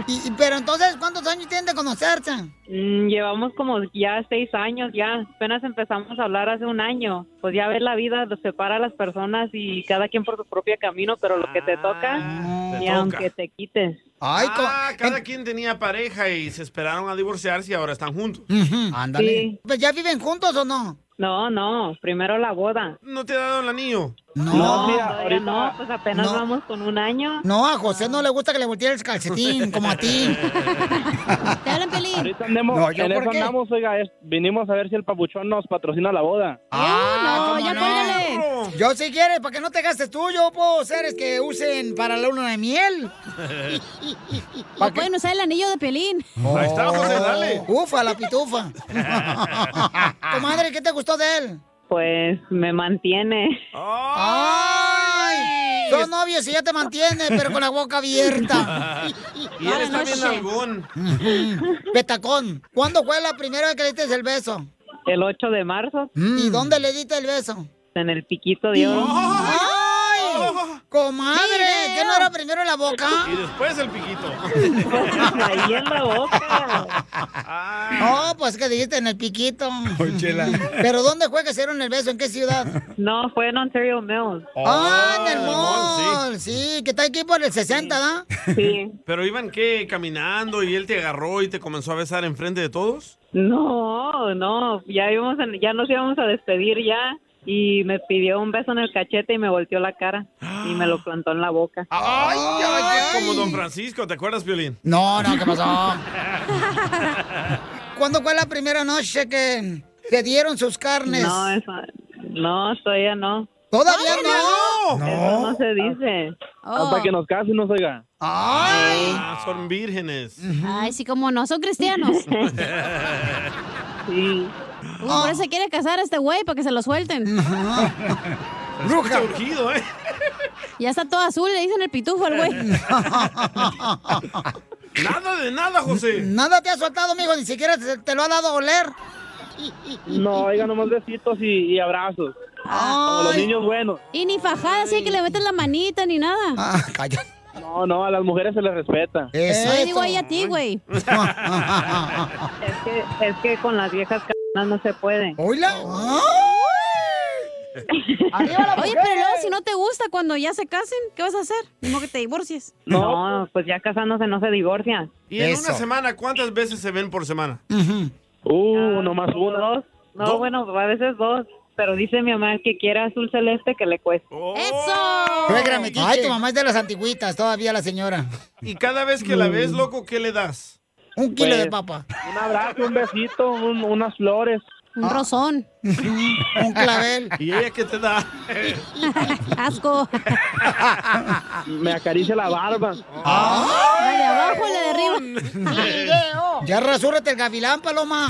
S3: Y- y- pero entonces, ¿cuántos años tienen de conocerse?
S6: Mm, llevamos como ya seis años, ya apenas empezamos a hablar hace un año. Pues ya ves, la vida nos separa a las personas y cada quien por su propio camino, pero lo que te toca,
S4: Ah, te
S6: ni
S4: toca.
S6: aunque te quites.
S3: Ay,
S4: ah, cada quien tenía pareja y se esperaron a divorciarse y ahora están juntos.
S3: Ándale. Pues, ¿Ya viven juntos o no?
S6: No, no, primero la boda.
S4: ¿No te ha dado el anillo?
S3: No,
S6: mira, todavía no, pues apenas vamos con un año.
S3: No, a José no le gusta que le voltee el calcetín, como a ti.
S6: ¿Te hablan, Pelín?
S18: Ahorita andemos,
S3: No, ¿yo
S18: en
S3: por
S18: eso
S3: qué?
S18: andamos, oiga, es- vinimos a ver si el papuchón nos patrocina la boda.
S3: Ah,
S18: no,
S3: ¿cómo
S18: ya cuélgale.
S3: Yo si quieres, para que no te gastes tú, yo puedo seres que usen para la luna de miel.
S5: O pueden usar el anillo de pelín.
S4: Ahí está, José, dale.
S3: Oh. Ufa, la pitufa. Comadre, ¿qué te gustó de él?
S6: Pues me mantiene.
S3: ¡Ay! Son novios y ya te mantienes, pero con la boca abierta.
S4: Y él está bien
S3: algún. Petacón. ¿Cuándo fue la primera vez que le diste el beso? Mm.
S6: El 8 de marzo.
S3: ¿Y dónde le diste el beso?
S6: En el piquito de oro.
S3: ¡Ay! Oh. Comadre, ¿qué no era primero la boca?
S4: Y después el piquito.
S3: Ahí en la boca. No, pues que dijiste en el piquito. ¿Pero dónde fue que se dieron el beso? ¿En qué ciudad?
S6: No, fue en Ontario Mills.
S3: ah, en el
S4: el
S3: mall.
S4: mall,
S3: sí. que está aquí por el 60, ¿da?
S6: Sí.
S4: ¿Pero iban qué? ¿Caminando y él te agarró y te comenzó a besar enfrente de todos?
S6: No, no, ya íbamos en- ya nos íbamos a despedir ya y me pidió un beso en el cachete y me volteó la cara y me lo plantó en la boca.
S4: ¡Ay, ay, ay! Como Don Francisco, ¿te acuerdas, Ah, Violín?
S3: No, no, ¿qué pasó? ¿Cuándo fue la primera noche que te dieron sus carnes?
S6: No, esa- no, todavía no.
S3: ¿Todavía
S6: no?
S3: no?
S6: Eso no se dice.
S5: Oh.
S18: Hasta Ah, pues que nos casen, nos oiga.
S4: Ah, son vírgenes.
S5: Ay, sí, como no, son cristianos.
S6: Sí.
S5: Como por eso se quiere casar a este güey para que se lo suelten.
S4: Bruja. urgido, ¿eh?
S5: Ya está todo azul, le dicen el pitufo al güey.
S4: ¿eh? Nada de nada, José.
S3: Nada te ha soltado, amigo, ni siquiera te, te lo ha dado a oler.
S18: No, oiga, nomás besitos y, y abrazos. Como los niños buenos.
S5: Y ni fajada, así que le metes la manita ni nada.
S4: Ah,
S3: Ah,
S18: No, no, a las mujeres se les respeta.
S5: Yo le digo ahí a ti, güey.
S6: Es que, es que con las viejas c- no se puede.
S3: ¡Hola!
S5: Oye, pero luego si no te gusta cuando ya se casen, ¿qué vas a hacer? Mismo que te divorcies.
S6: No, pues ya casándose no se divorcia.
S4: Y en una semana, ¿cuántas veces se ven por semana?
S18: Uh, nomás
S6: uno. Dos. No, Ah. bueno, a veces dos. pero dice mi mamá que quiere azul celeste que le cueste.
S4: Oh.
S5: ¡Eso!
S3: Suegra metiche. Ay, tu mamá es de las antigüitas, todavía la señora.
S4: Y cada vez que la ves, loco, ¿qué le das?
S3: Un kilo de papa.
S18: Un abrazo, un besito, un- unas flores.
S5: Un rosón.
S3: Ah. un clavel.
S4: ¿Y ella qué te da?
S5: Asco.
S18: Me acaricia la barba.
S5: La Ah, de abajo y la de arriba.
S3: Ah. Ya rasúrate el gavilán, paloma.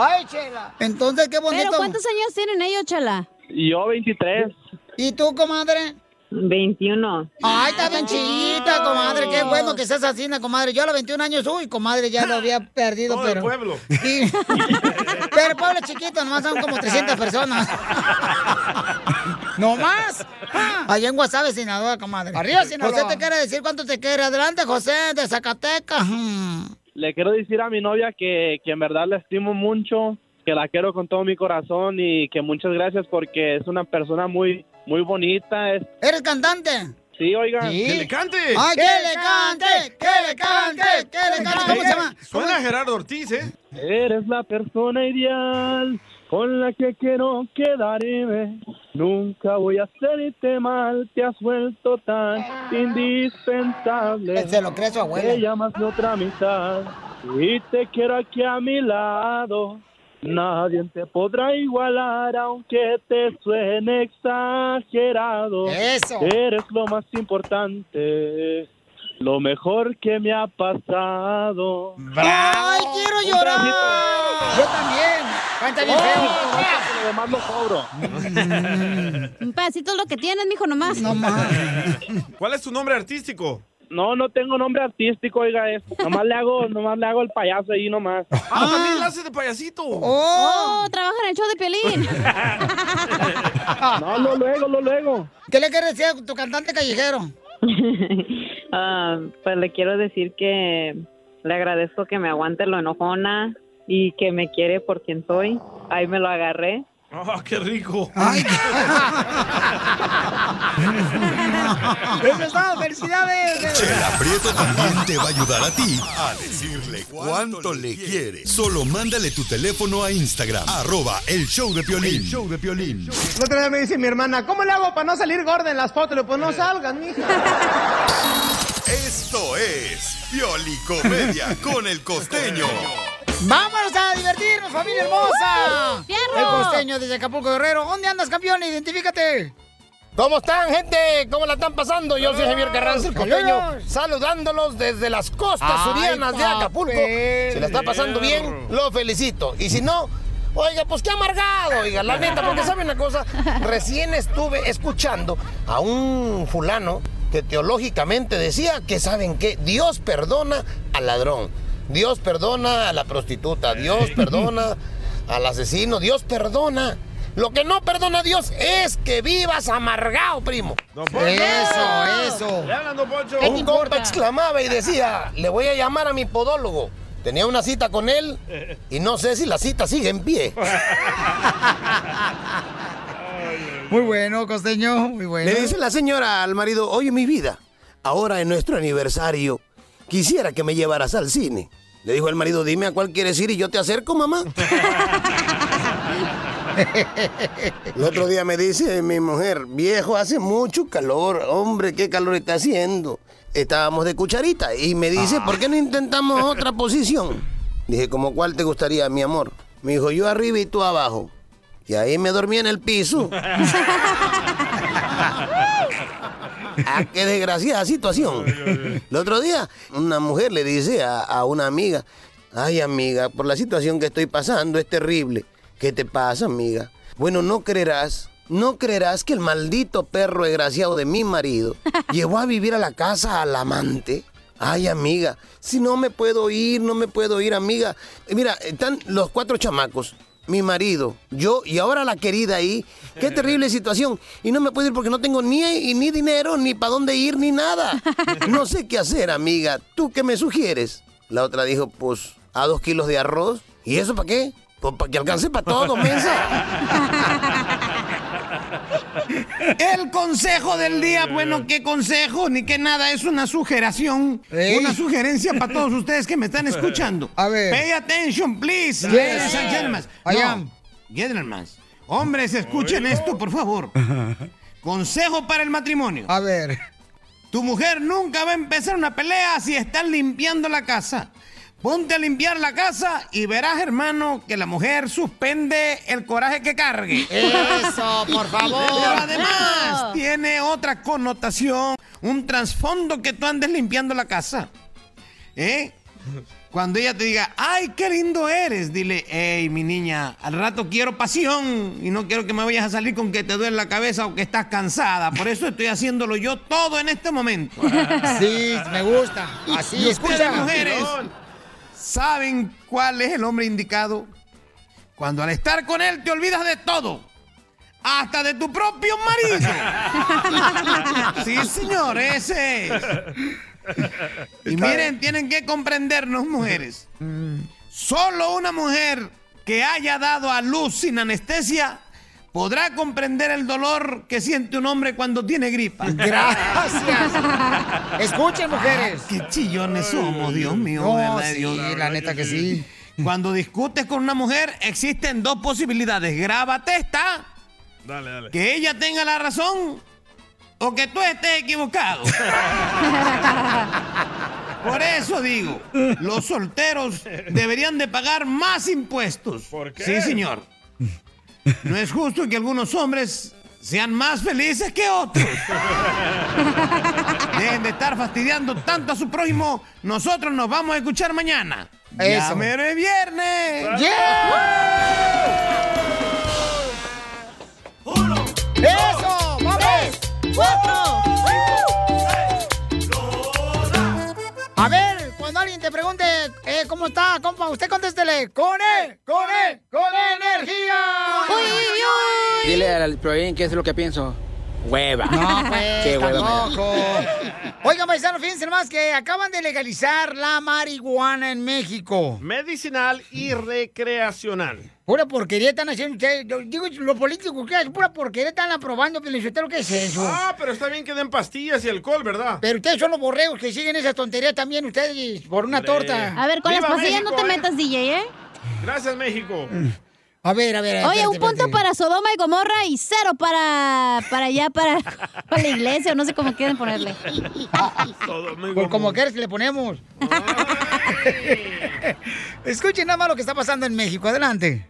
S3: Ay, chela. Entonces, qué bonito.
S5: Pero ¿cuántos años tienen ellos, Chela?
S18: Yo 23.
S3: ¿Y tú, comadre?
S6: 21.
S3: Ay, está bien chiquita, comadre. Qué bueno que seas así, na, comadre. Yo a los 21 años, uy, comadre, ya lo había perdido,
S4: Todo el
S3: pero.
S4: pueblo.
S3: Sí. Pero el pueblo es chiquito, nomás son como 300 personas. ¿No más? Allá en Guasave, Sinaloa, comadre.
S18: Arriba, Sinaloa.
S3: José te quiere decir cuánto te quiere. Adelante, José, de Zacatecas. Mm.
S18: Le quiero decir a mi novia que, que en verdad la estimo mucho, que la quiero con todo mi corazón y que muchas gracias porque es una persona muy, muy bonita. Es...
S3: ¿Eres cantante?
S18: Sí, oiga.
S4: ¡Que le cante!
S3: ¡Ay, que le cante! ¡Que le cante! ¡Que le cante! ¿Cómo se llama?
S4: Suena a Gerardo Ortiz, ¿eh?
S18: Eres la persona ideal con la que quiero quedarme. Nunca voy a hacerte mal, te has vuelto tan indispensable.
S3: Se lo cree su abuela.
S18: Te llamas mi otra mitad y te quiero aquí a mi lado. Nadie te podrá igualar aunque te suene exagerado.
S3: Eso.
S18: Eres lo más importante, lo mejor que me ha pasado.
S3: ¡Ay, quiero llorar!
S5: Ah.
S3: Yo también. Canta
S5: Oh.
S3: bien feo.
S18: Lo demás lo cobro.
S5: Un pedacito es lo que tienes, mijo, nomás. No
S4: ¿Cuál es tu nombre artístico?
S18: No, no tengo nombre artístico, oiga, es. Nomás le hago, nomás le hago el payaso ahí nomás.
S4: ¡Ah, también la haces de payasito!
S5: Oh, trabaja en el show de Piolín.
S18: No, lo luego, lo luego.
S3: ¿Qué le quieres decir a tu cantante callejero?
S6: Ah, pues le quiero decir que le agradezco que me aguante lo enojona y que me quiere por quien soy. Ahí me lo agarré.
S4: ¡Ah, qué rico!
S3: ¡Eso es todo! ¡Felicidades!
S2: Chela Prieto también te va a ayudar a ti a decirle cuánto le quiere. Solo mándale tu teléfono a Instagram, arroba el show de Piolín. El show de Piolín.
S11: La otra vez me dice mi hermana, ¿cómo le hago para no salir gorda en las fotos? Le digo,
S20: Eh.
S11: pues no salgas, mija.
S2: Esto es Pioli Comedia con el costeño.
S3: ¡Vámonos a divertirnos, familia hermosa!
S5: ¡Uh! ¡Fierro!
S3: El costeño desde Acapulco Guerrero. ¿Dónde andas, campeón? Identifícate.
S17: ¿Cómo están, gente? ¿Cómo la están pasando? Yo soy Javier Carranza, el costeño,
S3: Saludos.
S17: saludándolos desde las costas
S11: Ay,
S17: surianas de Acapulco.
S11: papel.
S17: Si la está pasando bien, lo felicito. Y si no, oiga, pues qué amargado, oiga, la neta, porque ¿saben una cosa? Recién estuve escuchando a un fulano que teológicamente decía que, ¿saben qué? Dios perdona al ladrón, Dios perdona a la prostituta, Dios perdona al asesino, Dios perdona. Lo que no perdona a Dios es que vivas amargado, primo.
S3: eso.
S4: Le hablan, don Poncho.
S17: Un compa exclamaba y decía, le voy a llamar a mi podólogo. Tenía una cita con él y no sé si la cita sigue en pie.
S3: Muy bueno, costeño, muy bueno.
S17: Le dice la señora al marido, oye mi vida, ahora en nuestro aniversario quisiera que me llevaras al cine. Le dijo el marido, dime a cuál quieres ir y yo te acerco, mamá. El otro día me dice mi mujer, viejo, hace mucho calor, hombre, qué calor está haciendo. Estábamos de cucharita y me dice, ¿por qué no intentamos otra posición? Dije, ¿cómo cuál te gustaría, mi amor? Me dijo, yo arriba y tú abajo. Y ahí me dormí en el piso. Ah, qué desgraciada situación. El otro día, una mujer le dice a, a una amiga, ay amiga, por la situación que estoy pasando es terrible. ¿Qué te pasa, amiga? Bueno, no creerás, no creerás que el maldito perro desgraciado de mi marido llevó a vivir a la casa al amante. Ay, amiga, si no me puedo ir, no me puedo ir, amiga. Eh, Mira, están los cuatro chamacos. Mi marido, yo y ahora la querida ahí. Qué terrible situación. Y no me puedo ir porque no tengo ni, y ni dinero, ni para dónde ir, ni nada. No sé qué hacer, amiga. ¿Tú qué me sugieres? La otra dijo, pues, a dos kilos de arroz. ¿Y eso para qué? Pues para que alcance para todo, mensa.
S20: El consejo del día, bueno, qué consejo, ni qué nada, es una sugeración,
S11: Ey.
S20: una sugerencia para todos ustedes que me están escuchando.
S11: A ver.
S20: Pay attention, please.
S11: Yes.
S20: ladies and gentlemen.
S11: I
S20: No,
S11: am.
S20: Gentlemen. Hombres, escuchen esto, por favor. Consejo para el matrimonio. A ver. Tu mujer nunca va a empezar una pelea si estás limpiando la casa. Ponte a limpiar la casa y verás, hermano, que la mujer suspende el coraje que cargue.
S3: Eso, por favor.
S20: Pero además, tiene otra connotación, un trasfondo que tú andes limpiando la casa. ¿Eh? Cuando ella te diga, ay, qué lindo eres, dile, hey, mi niña, al rato quiero pasión y no quiero que me vayas a salir con que te duele la cabeza o que estás cansada. Por eso estoy haciéndolo yo todo en este momento.
S3: Sí, me gusta. Así,
S20: y ustedes,
S3: escucha.
S20: mujeres, saben cuál es el hombre indicado. Cuando al estar con él te olvidas de todo. Hasta de tu propio marido. Sí, señor, ese es. Y miren, tienen que comprendernos, mujeres.
S3: Mm.
S20: Solo una mujer que haya dado a luz sin anestesia podrá comprender el dolor que siente un hombre cuando tiene gripa.
S3: Gracias. Escuchen, mujeres.
S20: Ah, qué chillones somos, Dios mío.
S3: No,
S20: ¿verdad,
S3: sí,
S20: Dios?
S3: la neta que sí.
S20: Cuando discutes con una mujer, existen dos posibilidades. Grábate esta,
S4: Dale, dale.
S20: que ella tenga la razón o que tú estés equivocado. Por eso digo, los solteros deberían de pagar más impuestos. ¿Por
S4: qué?
S20: Sí, señor. No es justo que algunos hombres sean más felices que otros. Dejen de estar fastidiando tanto a su prójimo. Nosotros nos vamos a escuchar mañana.
S11: Eso.
S20: Ya mero es viernes.
S11: ¡Eso! ¡Vamos!
S3: ¡Cuatro! A ver, cuando alguien te pregunte eh, cómo está, compa, usted contéstele. ¡Con él! ¡Con él! ¡Con E energía! ¡Uy, uy,
S31: Dile al Proin qué es lo que pienso. Hueva.
S3: No, pues,
S31: Qué hueva. me da.
S3: tampoco. Oigan, paisano, fíjense más que acaban de legalizar la marihuana en México.
S4: Medicinal y recreacional.
S3: Pura porquería están haciendo ustedes. Yo digo, los políticos, ¿qué hacen? Pura porquería están aprobando, Pelichotero, ¿qué es eso?
S4: Ah, pero está bien que den pastillas y alcohol, ¿verdad?
S3: Pero ustedes son los borregos que siguen esa tontería también, ustedes, por una
S4: Hombre.
S3: torta.
S4: A ver, con las ¡Viva pastillas no México, te eh!
S5: metas, DJ, ¿eh?
S4: Gracias, México.
S3: A ver, a ver. a ver,
S5: Oye,
S3: espérate,
S5: un punto
S3: espérate.
S5: para Sodoma y Gomorra y cero para, para allá, para, para la iglesia, o no sé cómo quieren ponerle.
S3: Pues como quieres le ponemos. Escuchen nada más lo que está pasando en México. Adelante.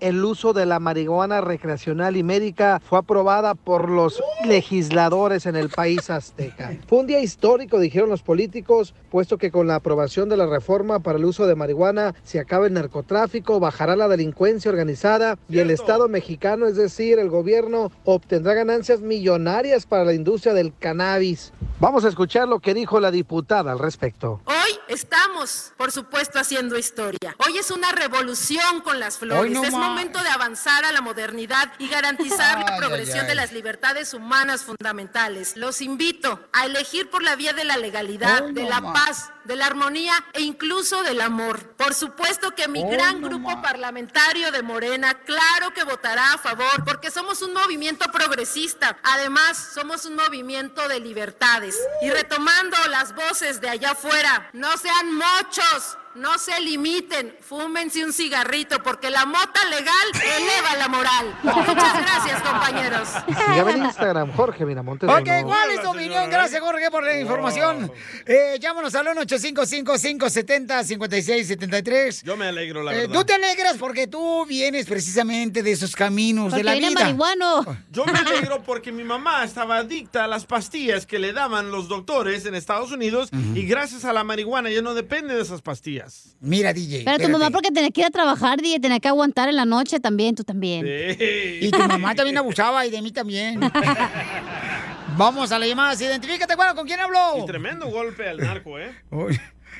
S9: el uso de la marihuana recreacional y médica fue aprobada por los legisladores en el país azteca. Fue un día histórico, dijeron los políticos, puesto que con la aprobación de la reforma para el uso de marihuana se acaba el narcotráfico, bajará la delincuencia organizada y el Estado mexicano, es decir, el gobierno, obtendrá ganancias millonarias para la industria del cannabis. Vamos a escuchar lo que dijo la diputada al respecto.
S19: Hoy estamos, por supuesto, haciendo historia. Hoy es una revolución con las
S9: Hoy
S19: flores.
S9: no
S19: es
S9: más.
S19: momento de avanzar a la modernidad y garantizar la
S9: Ay,
S19: progresión
S9: ay, ay.
S19: de las libertades humanas fundamentales. Los invito a elegir por la vía de la legalidad,
S9: Hoy
S19: de
S9: no
S19: la
S9: más.
S19: paz, de la armonía e incluso del amor. Por supuesto que mi
S9: Hoy
S19: gran
S9: Oh, no
S19: grupo
S9: más.
S19: parlamentario de Morena, claro que votará a favor, porque somos un movimiento progresista. Además, somos un movimiento de libertades. Y retomando las voces de allá afuera, no sean mochos. No se limiten, fúmense un cigarrito porque la mota legal eleva la moral. Muchas gracias, compañeros.
S9: Sígame en Instagram, Jorge Miramontes.
S3: Ok,
S9: uno.
S3: ¿cuál es tu
S4: ¿eh?
S3: opinión? Gracias, Jorge, por la información. Eh, llámanos al 1-855-570-5673.
S4: Yo me alegro, la
S3: Eh,
S4: verdad.
S3: tú te alegras porque tú vienes precisamente de esos caminos de la vida.
S4: Yo me alegro porque mi mamá estaba adicta a las pastillas que le daban los doctores en Estados Unidos y gracias a la marihuana ya no depende de esas pastillas.
S3: Mira, DJ.
S5: Pero tu mamá, porque tenía que ir a trabajar, DJ, tenía que aguantar en la noche también, tú también.
S3: Y tu mamá también abusaba y de mí también. Vamos a la llamada. Identifícate, bueno, ¿con quién habló?
S4: Y tremendo golpe al narco, ¿eh?
S3: Oh.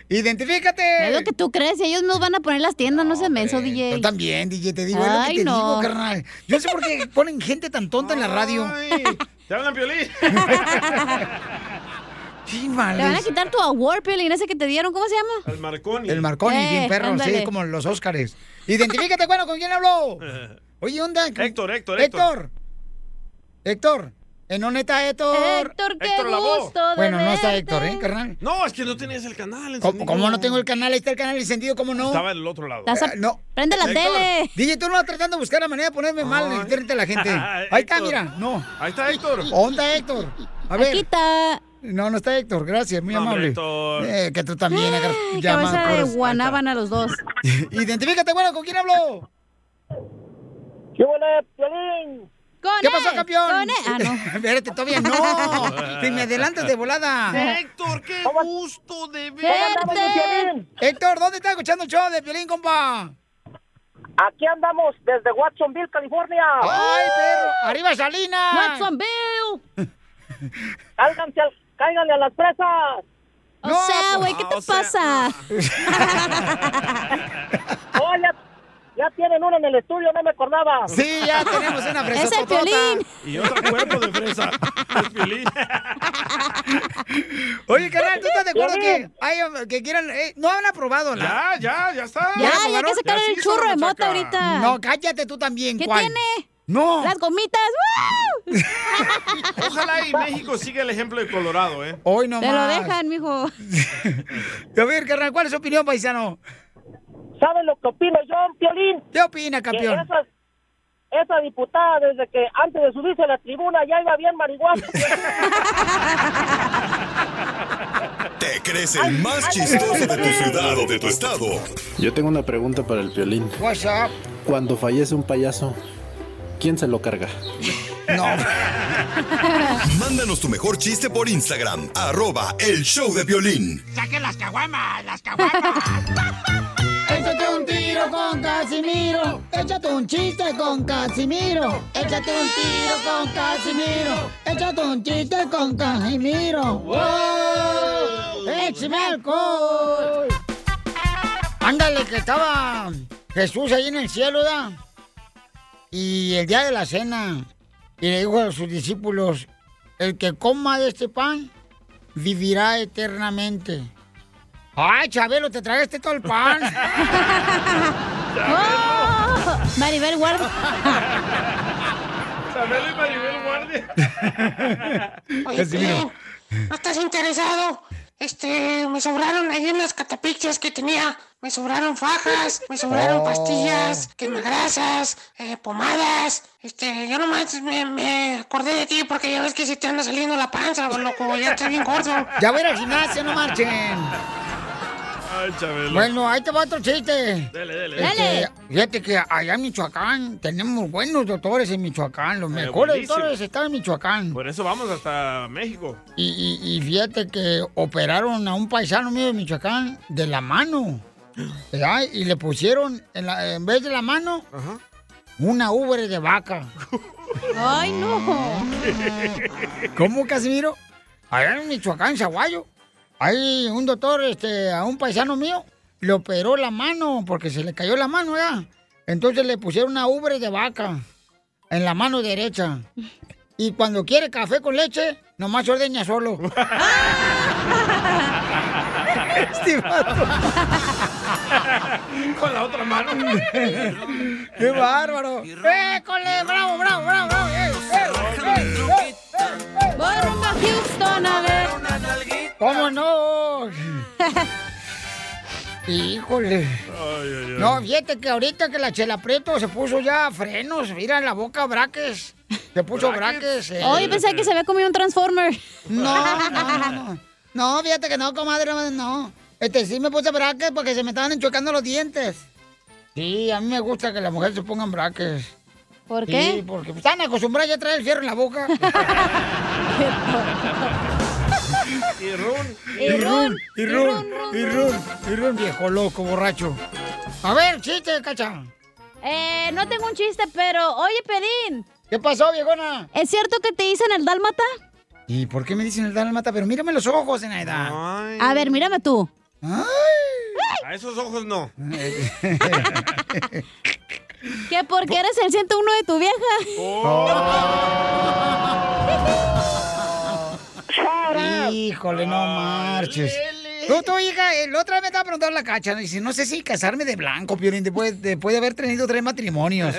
S3: Identifícate.
S5: Es lo que tú crees, y ellos nos van a poner las tiendas, no, se me hizo, DJ.
S3: Yo también, DJ, te digo, es lo que
S5: Ay,
S3: te
S5: no.
S3: digo, carnal. Yo no sé por qué ponen gente tan tonta en la radio.
S4: ¿Te hablan, Piolín?
S3: Sí,
S5: Le van a quitar tu award, Piolín, ese que te dieron, ¿cómo se llama?
S4: El Marconi.
S3: El Marconi,
S5: Eh,
S3: bien perro,
S5: ándale.
S3: sí, como los Óscares. Identifícate, bueno, ¿con quién habló? Oye, ¿onda?
S4: Héctor, Héctor,
S3: Héctor. Héctor. ¿En dónde está Héctor?
S5: Héctor,
S4: qué Héctor Lavoe. gusto de
S3: Bueno, no está
S4: verte.
S3: Héctor, ¿eh, carnal?
S4: No, es que no tenías el canal.
S3: ¿Cómo, cómo no tengo el canal? Ahí está el canal encendido, ¿cómo no?
S4: Estaba del otro lado.
S3: Eh, no. ¡Prende
S4: la Héctor. tele.
S3: DJ, tú no vas tratando de buscar la manera de ponerme mal en internet a la gente. Ahí está,
S4: Héctor.
S3: mira. No.
S4: Ahí está Héctor.
S3: ¿Onda, Héctor? A ver.
S5: Aquí está.
S3: No, no está Héctor. Gracias, muy
S4: No, hombre,
S3: amable.
S4: Héctor.
S3: Eh, que tú también agarras
S5: Ay,
S3: llamadas
S5: cabeza de
S3: raras.
S5: guanábana los dos.
S3: Identifícate, bueno, ¿con quién hablo?
S11: ¿Qué huele, Piolín?
S3: ¿Qué pasó, campeón?
S11: con él. Ah,
S3: no. Espérate, todavía no. Te me adelantas de volada.
S4: Héctor, qué gusto de
S3: Héctor, ¿dónde estás escuchando el show de Piolín, compa?
S11: Aquí andamos desde Watsonville, California.
S3: ¡Ay, perro! ¡Arriba Salinas!
S5: ¡Watsonville!
S11: ¡Cálganse al, cáiganle a las presas!
S5: O sea,
S3: pues.
S5: güey, ¿qué te pasa?
S11: ¡Oh, ya, ya tienen uno en el estudio, no me acordaba!
S3: Sí, ya tenemos una fresa.
S11: ¡Es el Piolín!
S4: Y otro cuerpo de fresa.
S3: Oye, carnal, ¿tú estás de acuerdo que,
S4: Piolín.
S3: hay- que quieran? eh, no han aprobado la.
S4: Ya, ya, ya está.
S5: Ya, ya hay que sacar el churro de mota
S3: moto
S5: ahorita.
S3: No, cállate tú también,
S5: ¿Qué
S3: ¿cuál?
S5: tiene?
S3: No.
S5: Las gomitas. ¡Woo!
S4: Ojalá y México siga el ejemplo de Colorado, ¿eh?
S3: Hoy no
S5: Te lo
S3: más.
S5: dejan, mijo.
S3: A ver, carnal, ¿cuál es su opinión, paisano?
S11: ¿Saben lo que opino yo, Piolín?
S3: ¿Qué opina, campeón?
S11: Esa, esa diputada, desde que antes de subirse a la tribuna, ya iba bien marihuana.
S2: Te crees el más chistoso de tu ciudad o de tu estado.
S10: Yo tengo una pregunta para el violín.
S3: WhatsApp.
S10: Cuando fallece un payaso, ¿quién se lo carga?
S2: Mándanos tu mejor chiste por Instagram, arroba el show de violín.
S3: ¡Saquen las caguamas, las caguamas!
S33: Échate un tiro con Casimiro. Échate un chiste con Casimiro. Échate un tiro con Casimiro. Échate un chiste con Casimiro. ¡Wow!
S3: ¡Échame alcohol! Ándale, que estaba Jesús ahí en el cielo, ¿da? Y el día de la cena, y le dijo a sus discípulos, el que coma de este pan, vivirá eternamente. ¡Ay, Chabelo, te tragaste todo el pan!
S5: ¡Oh! Maribel Guardia.
S4: Chabelo y Maribel Guardia.
S14: Oye,
S10: Casimiro.
S14: Piolín, ¿no estás interesado? Este, me sobraron ahí en las catapichas que tenía. Me sobraron fajas, me sobraron
S10: Oh.
S14: pastillas, quemagrasas, eh, pomadas. Este, yo nomás me, me acordé de ti porque ya ves que si te anda saliendo la panza, pues, loco, ya estás bien gordo.
S3: ¡Ya voy a ir al gimnasio, no marchen!
S4: Ay, Chabelo.
S3: Bueno, ahí te va otro chiste.
S4: Dale, dale.
S3: Este, fíjate que allá en Michoacán tenemos buenos doctores en Michoacán. Los mejores
S4: buenísimo.
S3: doctores están en Michoacán.
S4: Por eso vamos hasta México.
S3: Y, y- y fíjate que operaron a un paisano mío de Michoacán de la mano. ¿verdad? Y le pusieron, en, la- en vez de la mano, una ubre de vaca.
S5: ¡Ay, no!
S3: ¿Cómo, Casimiro? Allá en Michoacán, Zaguayo. Hay un doctor, este, a un paisano mío, le operó la mano porque se le cayó la mano ya. Entonces le pusieron una ubre de vaca en la mano derecha. Y cuando quiere café con leche, nomás se ordeña solo. Este vato.
S4: Con la otra mano.
S3: ¡Qué bárbaro! ¡École! ¡Bravo, bravo, bravo, bravo! ¡Eh, eh, eh, eh!
S5: Voy rumbo a Houston a ver.
S3: ¿Cómo no? Híjole. No, fíjate que ahorita que la Chela Prieto se puso ya frenos, mira en la boca braques. Se puso braques. eh.
S5: Hoy pensé que se había comido un Transformer.
S3: No, no, no, no. No, fíjate que no, comadre, no. Este sí me puse braques porque se me estaban enchocando los dientes. Sí, a mí me gusta que las mujeres se pongan braques.
S5: ¿Por
S3: Sí,
S5: qué?
S3: porque están acostumbradas ya a traer el fierro en la boca.
S4: Y Run.
S3: Y run, y run, y run, y run, viejo loco, borracho. A ver, chiste, cacha.
S5: Eh, no tengo un chiste, pero. Oye, Pedín.
S3: ¿Qué pasó, viejona?
S5: ¿Es cierto que te dicen el dálmata?
S3: ¿Y por qué me dicen el dálmata? Pero mírame los ojos, Zenaida.
S5: A ver, mírame tú.
S4: A esos ojos no.
S5: Que porque eres el 101 de tu vieja.
S3: Oh. Híjole, no marches. Tú, tú, hija, el otra vez me estaba preguntando la cacha. ¿no? Dice, no sé si casarme de blanco, Piolín, después, después de haber tenido tres matrimonios.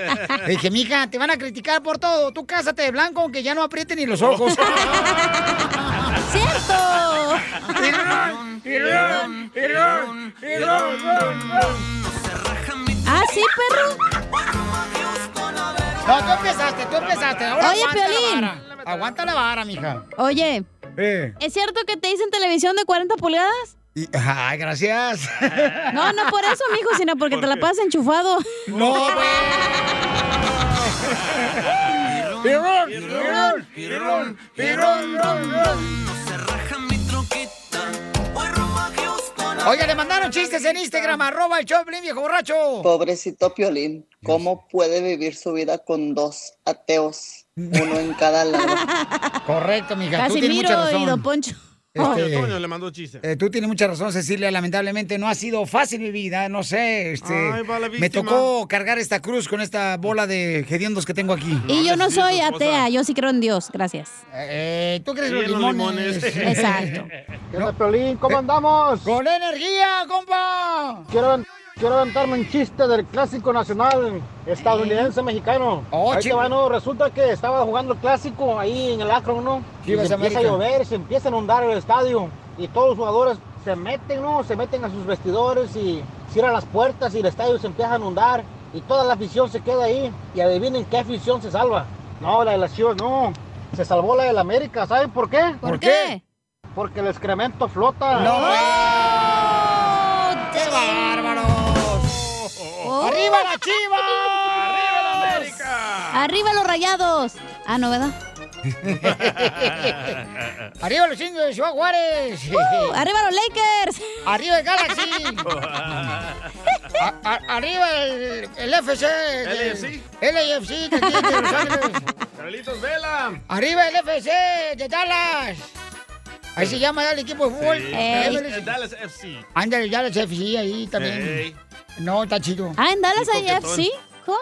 S3: Le dije, mija, te van a criticar por todo. Tú cásate de blanco, aunque ya no apriete ni los ojos.
S5: ¡Cierto! ¡Ah, sí, perro!
S3: No, tú empezaste, tú empezaste. Ahora
S5: Oye,
S3: aguanta la
S5: Piolín.
S3: vara. Aguanta la vara, mija.
S5: Oye,
S3: Eh.
S5: ¿es cierto que te dicen televisión de 40 pulgadas?
S3: Y- ay, gracias.
S5: No, no por eso, mijo, sino porque te la pasas enchufado.
S3: No,
S11: Pirrón, pirrón, pirrón, ron, ron.
S3: Oiga, le mandaron chistes en Instagram, arroba el Choplin, viejo borracho.
S13: Pobrecito Piolín, ¿cómo puede vivir su vida con dos ateos? Uno en cada lado.
S3: Correcto, mija, tú tienes
S5: Casimiro
S3: mucha razón.
S5: y Don Poncho.
S3: Este,
S4: Toño le mandó chiste.
S3: eh, tú tienes mucha razón, Cecilia. Lamentablemente no ha sido fácil mi vida, no sé. Este,
S4: Ay, va la
S3: me
S4: víctima.
S3: tocó cargar esta cruz con esta bola de hediondos que tengo aquí.
S5: Y yo no soy atea, yo sí creo en Dios, gracias.
S3: Eh, tú crees
S5: Sí,
S3: los
S5: los
S3: limones.
S5: limones. Exacto.
S3: ¿Qué onda, Piolín? ¿Cómo andamos? ¡Con energía, compa!
S17: Quiero, aven- quiero aventarme un chiste del clásico nacional estadounidense mexicano.
S3: Oh,
S17: Ahí te
S3: chico.
S17: va, no, resulta que estaba jugando el clásico ahí en el Akron, ¿no? Y
S3: Chivas
S17: se empieza a
S3: América.
S17: llover, se empieza a inundar el estadio y todos los jugadores se meten, ¿no? Se meten a sus vestidores y cierran las puertas y el estadio se empieza a inundar y toda la afición se queda ahí y adivinen qué afición se salva. No, la de las Chivas no. Se salvó la del América, ¿saben por qué?
S5: ¿Por qué?
S17: Porque el excremento flota.
S3: ¡No!
S5: ¡Qué
S3: bárbaros!
S5: Oh.
S3: ¡Arriba la chiva! ¡Arriba
S4: la América!
S5: ¡Arriba los rayados! Ah, no, ¿verdad?
S3: ¡Arriba los indios de Ciudad Juárez!
S5: Uh, ¡Arriba los Lakers!
S3: ¡Arriba el Galaxy! A- a- arriba el, el FC.
S4: LAFC.
S3: El LAFC que tiene Los Ángeles.
S4: Carlitos Vela.
S3: Arriba el FC de Dallas. Ahí se llama ya el equipo de fútbol.
S4: Sí.
S3: Ándale,
S4: Eh, Dallas FC.
S3: Ándale, Dallas FC ahí también.
S4: Ey.
S3: No, está chido.
S5: Ah, en Dallas hay
S3: Coquetón.
S5: FC. ¿jo?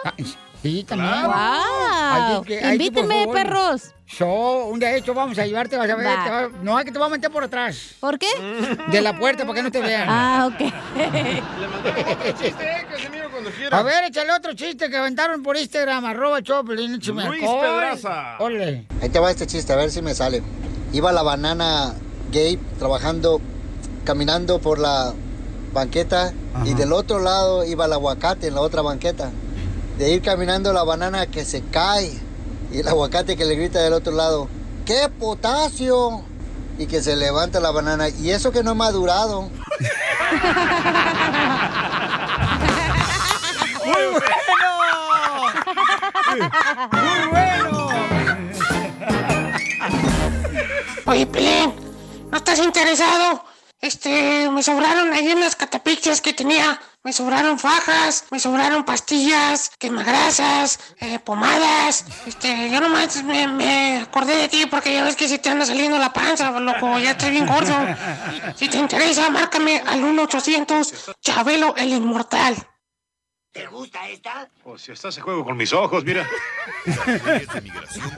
S3: Sí, también.
S5: Claro. Wow.
S3: Hay que- hay equipo de
S5: Invítenme,
S3: fútbol.
S5: perros.
S3: Yo, un día de esto vamos a llevarte, vas a ver.
S5: Va.
S3: te va- no, es que te voy a meter por atrás.
S5: ¿Por qué?
S3: De la puerta, para que no te vean.
S5: Ah, ok.
S4: Le mandamos otro chiste, eh, Casimiro, cuando quiera.
S3: A ver, échale otro chiste que aventaron por Instagram, arroba Choplin, échame
S4: Luis
S3: alcohol.
S4: Pedraza.
S3: Ole.
S22: Ahí te va este chiste, a ver si me sale. Iba la banana Gabe trabajando, caminando por la banqueta y del otro lado iba el aguacate en la otra banqueta. De ir caminando la banana que se cae y el aguacate que le grita del otro lado, ¡qué potasio! Y que se levanta la banana y eso que no ha madurado.
S3: ¡Muy bueno! ¡Muy bueno!
S14: Oye, Pelín, ¿no estás interesado? Este, me sobraron ahí en las catapixias que tenía. Me sobraron fajas, me sobraron pastillas, quemagrasas, eh, pomadas. Este, yo nomás me, me acordé de ti porque ya ves que si te anda saliendo la panza, loco, ya estás bien gordo. Si te interesa, márcame al 1-800 Chabelo el Inmortal.
S20: ¿Te gusta esta? O si estás en juego con mis ojos, mira.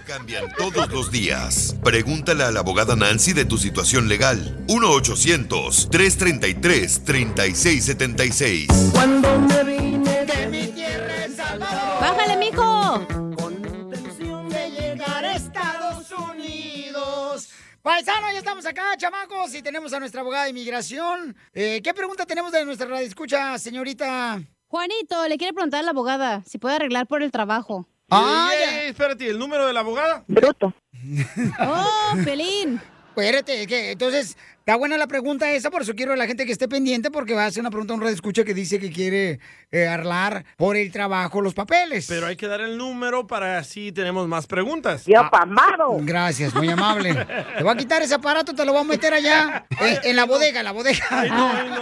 S2: Cambian todos los días. Pregúntale a la abogada Nancy de tu situación legal. 1-800-333-3676.
S11: Cuando me vine de
S3: mi tierra El Salvador,
S5: ¡Bájale, mijo!
S3: de llegar a Estados Unidos. Paisano, ya estamos acá, chamacos, y tenemos a nuestra abogada de inmigración. Eh, ¿Qué pregunta tenemos de nuestra radio? Escucha, señorita.
S5: Juanito, le quiere preguntar a la abogada si puede arreglar por el trabajo.
S4: Ah, espérate, ¿el número de la abogada?
S3: Bruto.
S5: ¡Oh, Pelín!
S3: Pues, Espérate, que entonces está buena la pregunta esa, por eso quiero a la gente que esté pendiente porque va a hacer una pregunta a un escucha que dice que quiere eh, arreglar por el trabajo los papeles.
S4: Pero hay que dar el número para así tenemos más preguntas.
S3: Ah, Gracias, muy amable. Te voy a quitar ese aparato, te lo voy a meter allá eh, en, la bodega, en la bodega.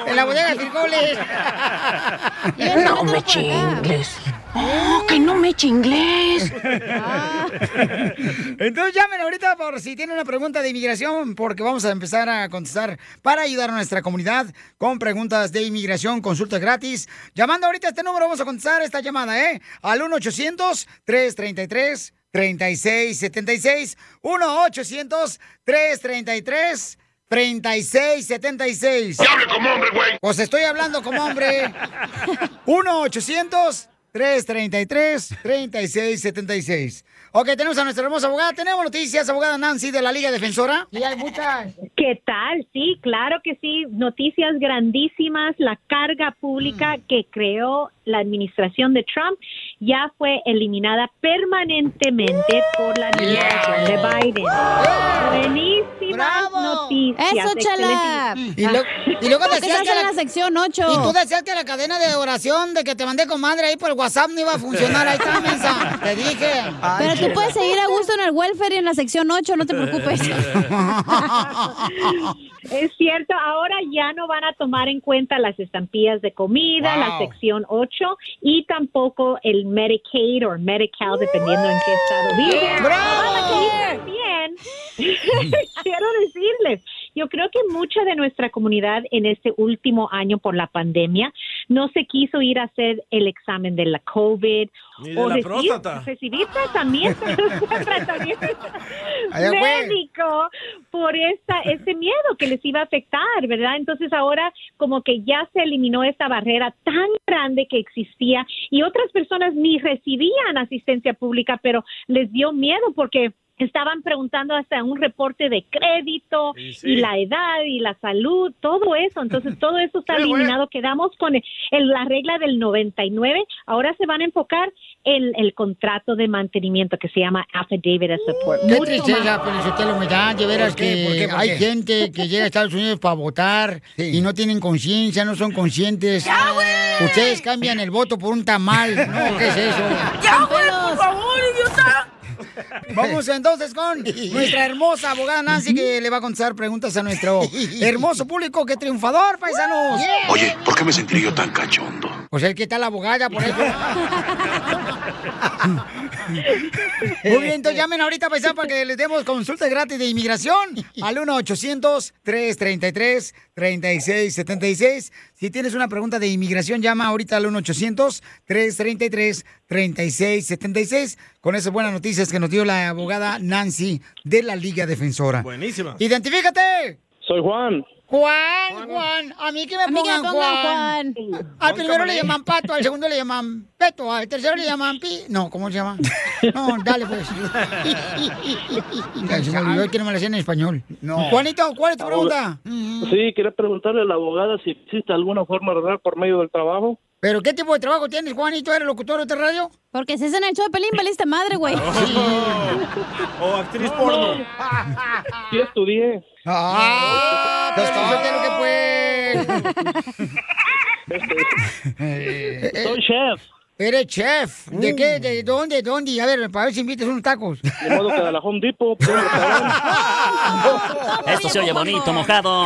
S3: En la bodega de frijoles.
S14: No me chingles. ¡Oh, que no me chingles!
S3: Entonces llamen ahorita por si tienen una pregunta de inmigración, porque vamos a empezar a contestar para ayudar a nuestra comunidad con preguntas de inmigración, consultas gratis. Llamando ahorita a este número vamos a contestar esta llamada, ¿eh? Al 1-800-333-3676. 1-800-333-3676. 3676. ¡Hable como hombre, güey! Pues estoy hablando como hombre. 1-800-333-3676. Ok, tenemos a nuestra hermosa abogada. Tenemos noticias, abogada Nancy de la Liga Defensora.
S7: Sí, hay muchas. ¿Qué tal? Sí, claro que sí. Noticias grandísimas. La carga pública que creó la administración de Trump ya fue eliminada permanentemente por la administración de Biden. Buenísimas noticias.
S5: Eso, chala.
S7: excelentes.
S3: Y, lo- y luego
S5: Porque
S3: decías
S5: estás
S3: que
S5: en la sección ocho.
S3: Y tú decías que la cadena de oración de que te mandé comadre ahí por WhatsApp no iba a funcionar. Ahí está, mensa. Te dije.
S5: Pero tú puedes seguir a gusto en el welfare y en la sección 8, no te preocupes.
S7: Es cierto, ahora ya no van a tomar en cuenta las estampillas de comida,
S11: Wow.
S7: la sección 8 y tampoco el Medicaid o Medical, dependiendo en qué estado vives. Obama, que yo también. Quiero decirles, yo creo que mucha de nuestra comunidad en este último año por la pandemia no se quiso ir a hacer el examen de la COVID
S4: Ni de la
S7: decir-
S4: próstata.
S7: recibir tratamiento, tratamiento
S4: Allá fue.
S7: médico por esta, este miedo que les iba a afectar, ¿verdad? Entonces ahora como que ya se eliminó esta barrera tan grande que existía y otras personas ni recibían asistencia pública, pero les dio miedo porque estaban preguntando hasta un reporte de crédito
S11: Y sí.
S7: y la edad y la salud, todo eso. Entonces todo eso está
S11: Qué bueno.
S7: eliminado quedamos con el- el- la regla del 99. Ahora se van a enfocar en el contrato de mantenimiento que se llama Affidavit of Support.
S3: Qué
S7: Mucho
S3: tristeza,
S7: más.
S3: Felicitelo, me da, de veras
S7: ¿Por qué?
S3: que
S7: ¿Por qué? ¿Por
S3: hay
S7: qué?
S3: gente que llega a Estados Unidos para votar y no tienen conciencia, no son conscientes. Ustedes cambian el voto por un tamal, ¿no? ¿Qué es eso?
S11: ¡Ya, güey, por favor, idiota!
S3: Vamos entonces con nuestra hermosa abogada Nancy que le va a contestar preguntas a nuestro hermoso público que triunfador, paisanos.
S10: Oye, ¿por qué me sentiré yo tan cachondo?
S3: Pues el que está la abogada, por eso. Muy bien, entonces llamen ahorita, paisano, para que les demos consulta gratis de inmigración al 1-800-333-3676. Si tienes una pregunta de inmigración, llama ahorita al 1-800-333-3676. Con esas buenas noticias que nos dio la abogada Nancy de la Liga Defensora.
S4: Buenísima.
S3: ¡Identifícate!
S18: Soy Juan.
S3: Juan, Juan, a mí que me
S5: A mí que
S3: pongan,
S5: me pongan
S3: Juan. Al primero le llaman pato, al segundo le llaman peto, al tercero le llaman pi. No, ¿cómo se llama? No, dale pues. Ya, se me olvidó que no me la sé en español. Juanito, ¿cuál es tu pregunta?
S18: Oh,
S3: Mm.
S18: Sí, quería preguntarle a la abogada si existe alguna forma de hablar por medio del trabajo.
S3: ¿Pero qué tipo de trabajo tienes, Juanito? ¿Eres locutor de otra radio?
S5: Porque si es en el show de Pelín, valiste madre, güey.
S4: O actriz porno.
S18: Sí estudié.
S3: ¡Ah! Pelín Sotelo, que pues!
S18: Soy chef. Mm.
S3: Eres chef. ¿De qué? ¿De dónde? ¿Dónde? A ver, para ver si invitas unos tacos.
S18: De modo que de la Home Depot. pues.
S7: Ah,
S34: Esto se oye bonito, mojado.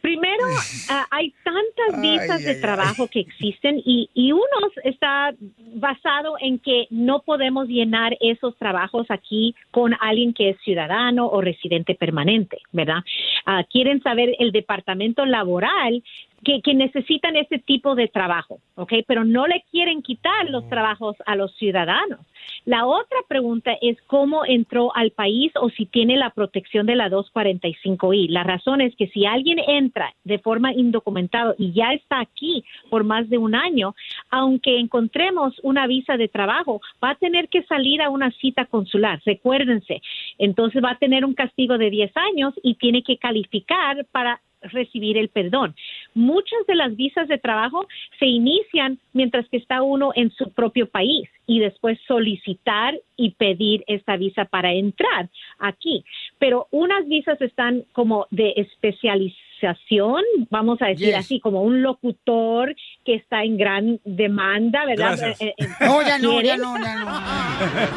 S7: Primero, ah, hay tantas visas
S34: Ay,
S7: de
S34: ay, ay.
S7: trabajo que existen y, y uno está basado en que no podemos llenar esos trabajos aquí con alguien que es ciudadano o residente permanente, ¿verdad? Ah, quieren saber el departamento laboral que, que necesitan ese tipo de trabajo, ¿ok? Pero no le quieren quitar los trabajos a los ciudadanos. La otra pregunta es cómo entró al país o si tiene la protección de la 245i. La razón es que si alguien entra de forma indocumentada y ya está aquí por más de un año, aunque encontremos una visa de trabajo, va a tener que salir a una cita consular, recuérdense. Entonces va a tener un castigo de 10 años y tiene que calificar para recibir el perdón. Muchas de las visas de trabajo se inician mientras que está uno en su propio país y después solicitar y pedir esta visa para entrar aquí. Pero unas visas están como de especialización, vamos a decir
S11: Yes.
S7: así, como un locutor que está en gran demanda, ¿verdad? Eh,
S11: Gracias.
S7: no,
S3: ya no, ya
S7: no,
S3: ya no.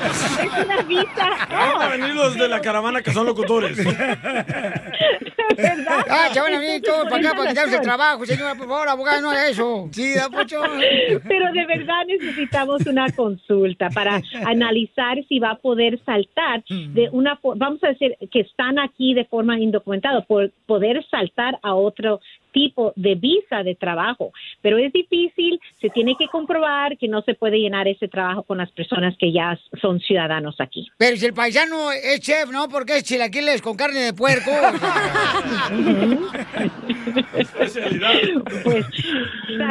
S7: Es una visa.
S4: Van a venir los de la caravana que son locutores.
S3: Ah, chaval, a mí todo para acá, para quitarse el
S7: razón.
S3: trabajo, señora, por favor, abogada, no haga eso. Sí, da mucho.
S7: Pero de verdad necesitamos una consulta para analizar si va a poder saltar de una, fo- vamos a decir que están aquí de forma indocumentada, por poder saltar a otro tipo de visa de trabajo, pero es difícil, se tiene que comprobar que no se puede llenar ese trabajo con las personas que ya son ciudadanos aquí.
S3: Pero si el paisano es chef, ¿no? Porque es chilaquiles con carne de puerco.
S7: Pues tal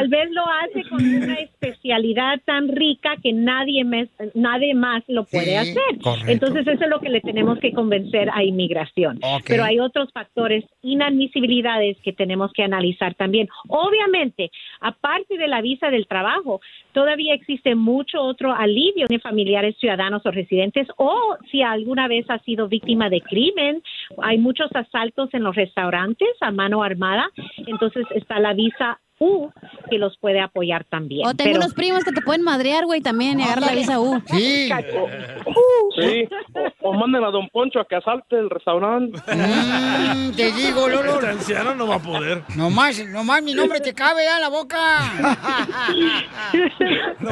S7: vez lo hace con una especialidad tan rica que nadie, mes- nadie más lo puede
S19: Sí,
S7: hacer.
S19: correcto.
S7: Entonces eso es lo que le tenemos que convencer a inmigración.
S19: Ok.
S7: Pero hay otros factores, inadmisibilidades que tenemos que analizar también. Obviamente, aparte de la visa del trabajo, todavía existe mucho otro alivio de familiares ciudadanos o residentes o si alguna vez ha sido víctima de crimen. Hay muchos asaltos en los restaurantes a mano armada, entonces está la visa U que los puede apoyar también.
S5: O tengo
S7: Pero-
S5: unos primos que te pueden madrear, güey, también y agarrar la visa U.
S18: Sí. O, o manden a Don Poncho a que asalte el restaurante.
S3: Mm, te digo, Lolo.
S4: Este anciano no va a poder.
S3: Nomás, nomás mi nombre te cabe ya en la boca.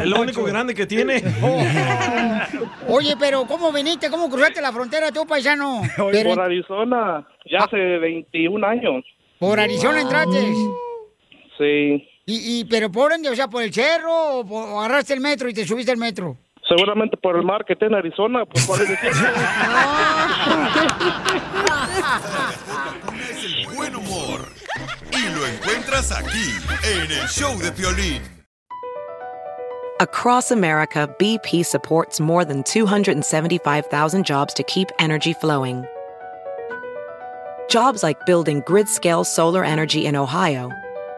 S4: es lo único grande que tiene.
S3: Oh. Oye, pero ¿cómo viniste? ¿Cómo cruzaste la frontera tú, paisano?
S18: Por
S3: Pero,
S18: Arizona, ya hace 21 años. Mm,
S3: por Arizona entraste.
S18: Sí.
S3: Y, y- ¿Pero por dónde? O sea, ¿por el cerro o, por- o agarraste el metro y te subiste al metro?
S18: Seguramente por el mar que está en Arizona, pues por el
S2: Buen humor. Y lo encuentras aquí, en el show de Piolín.
S1: Across America, BP supports more than 275,000 jobs to keep energy flowing. Jobs like building grid scale solar energy in Ohio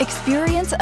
S35: Experience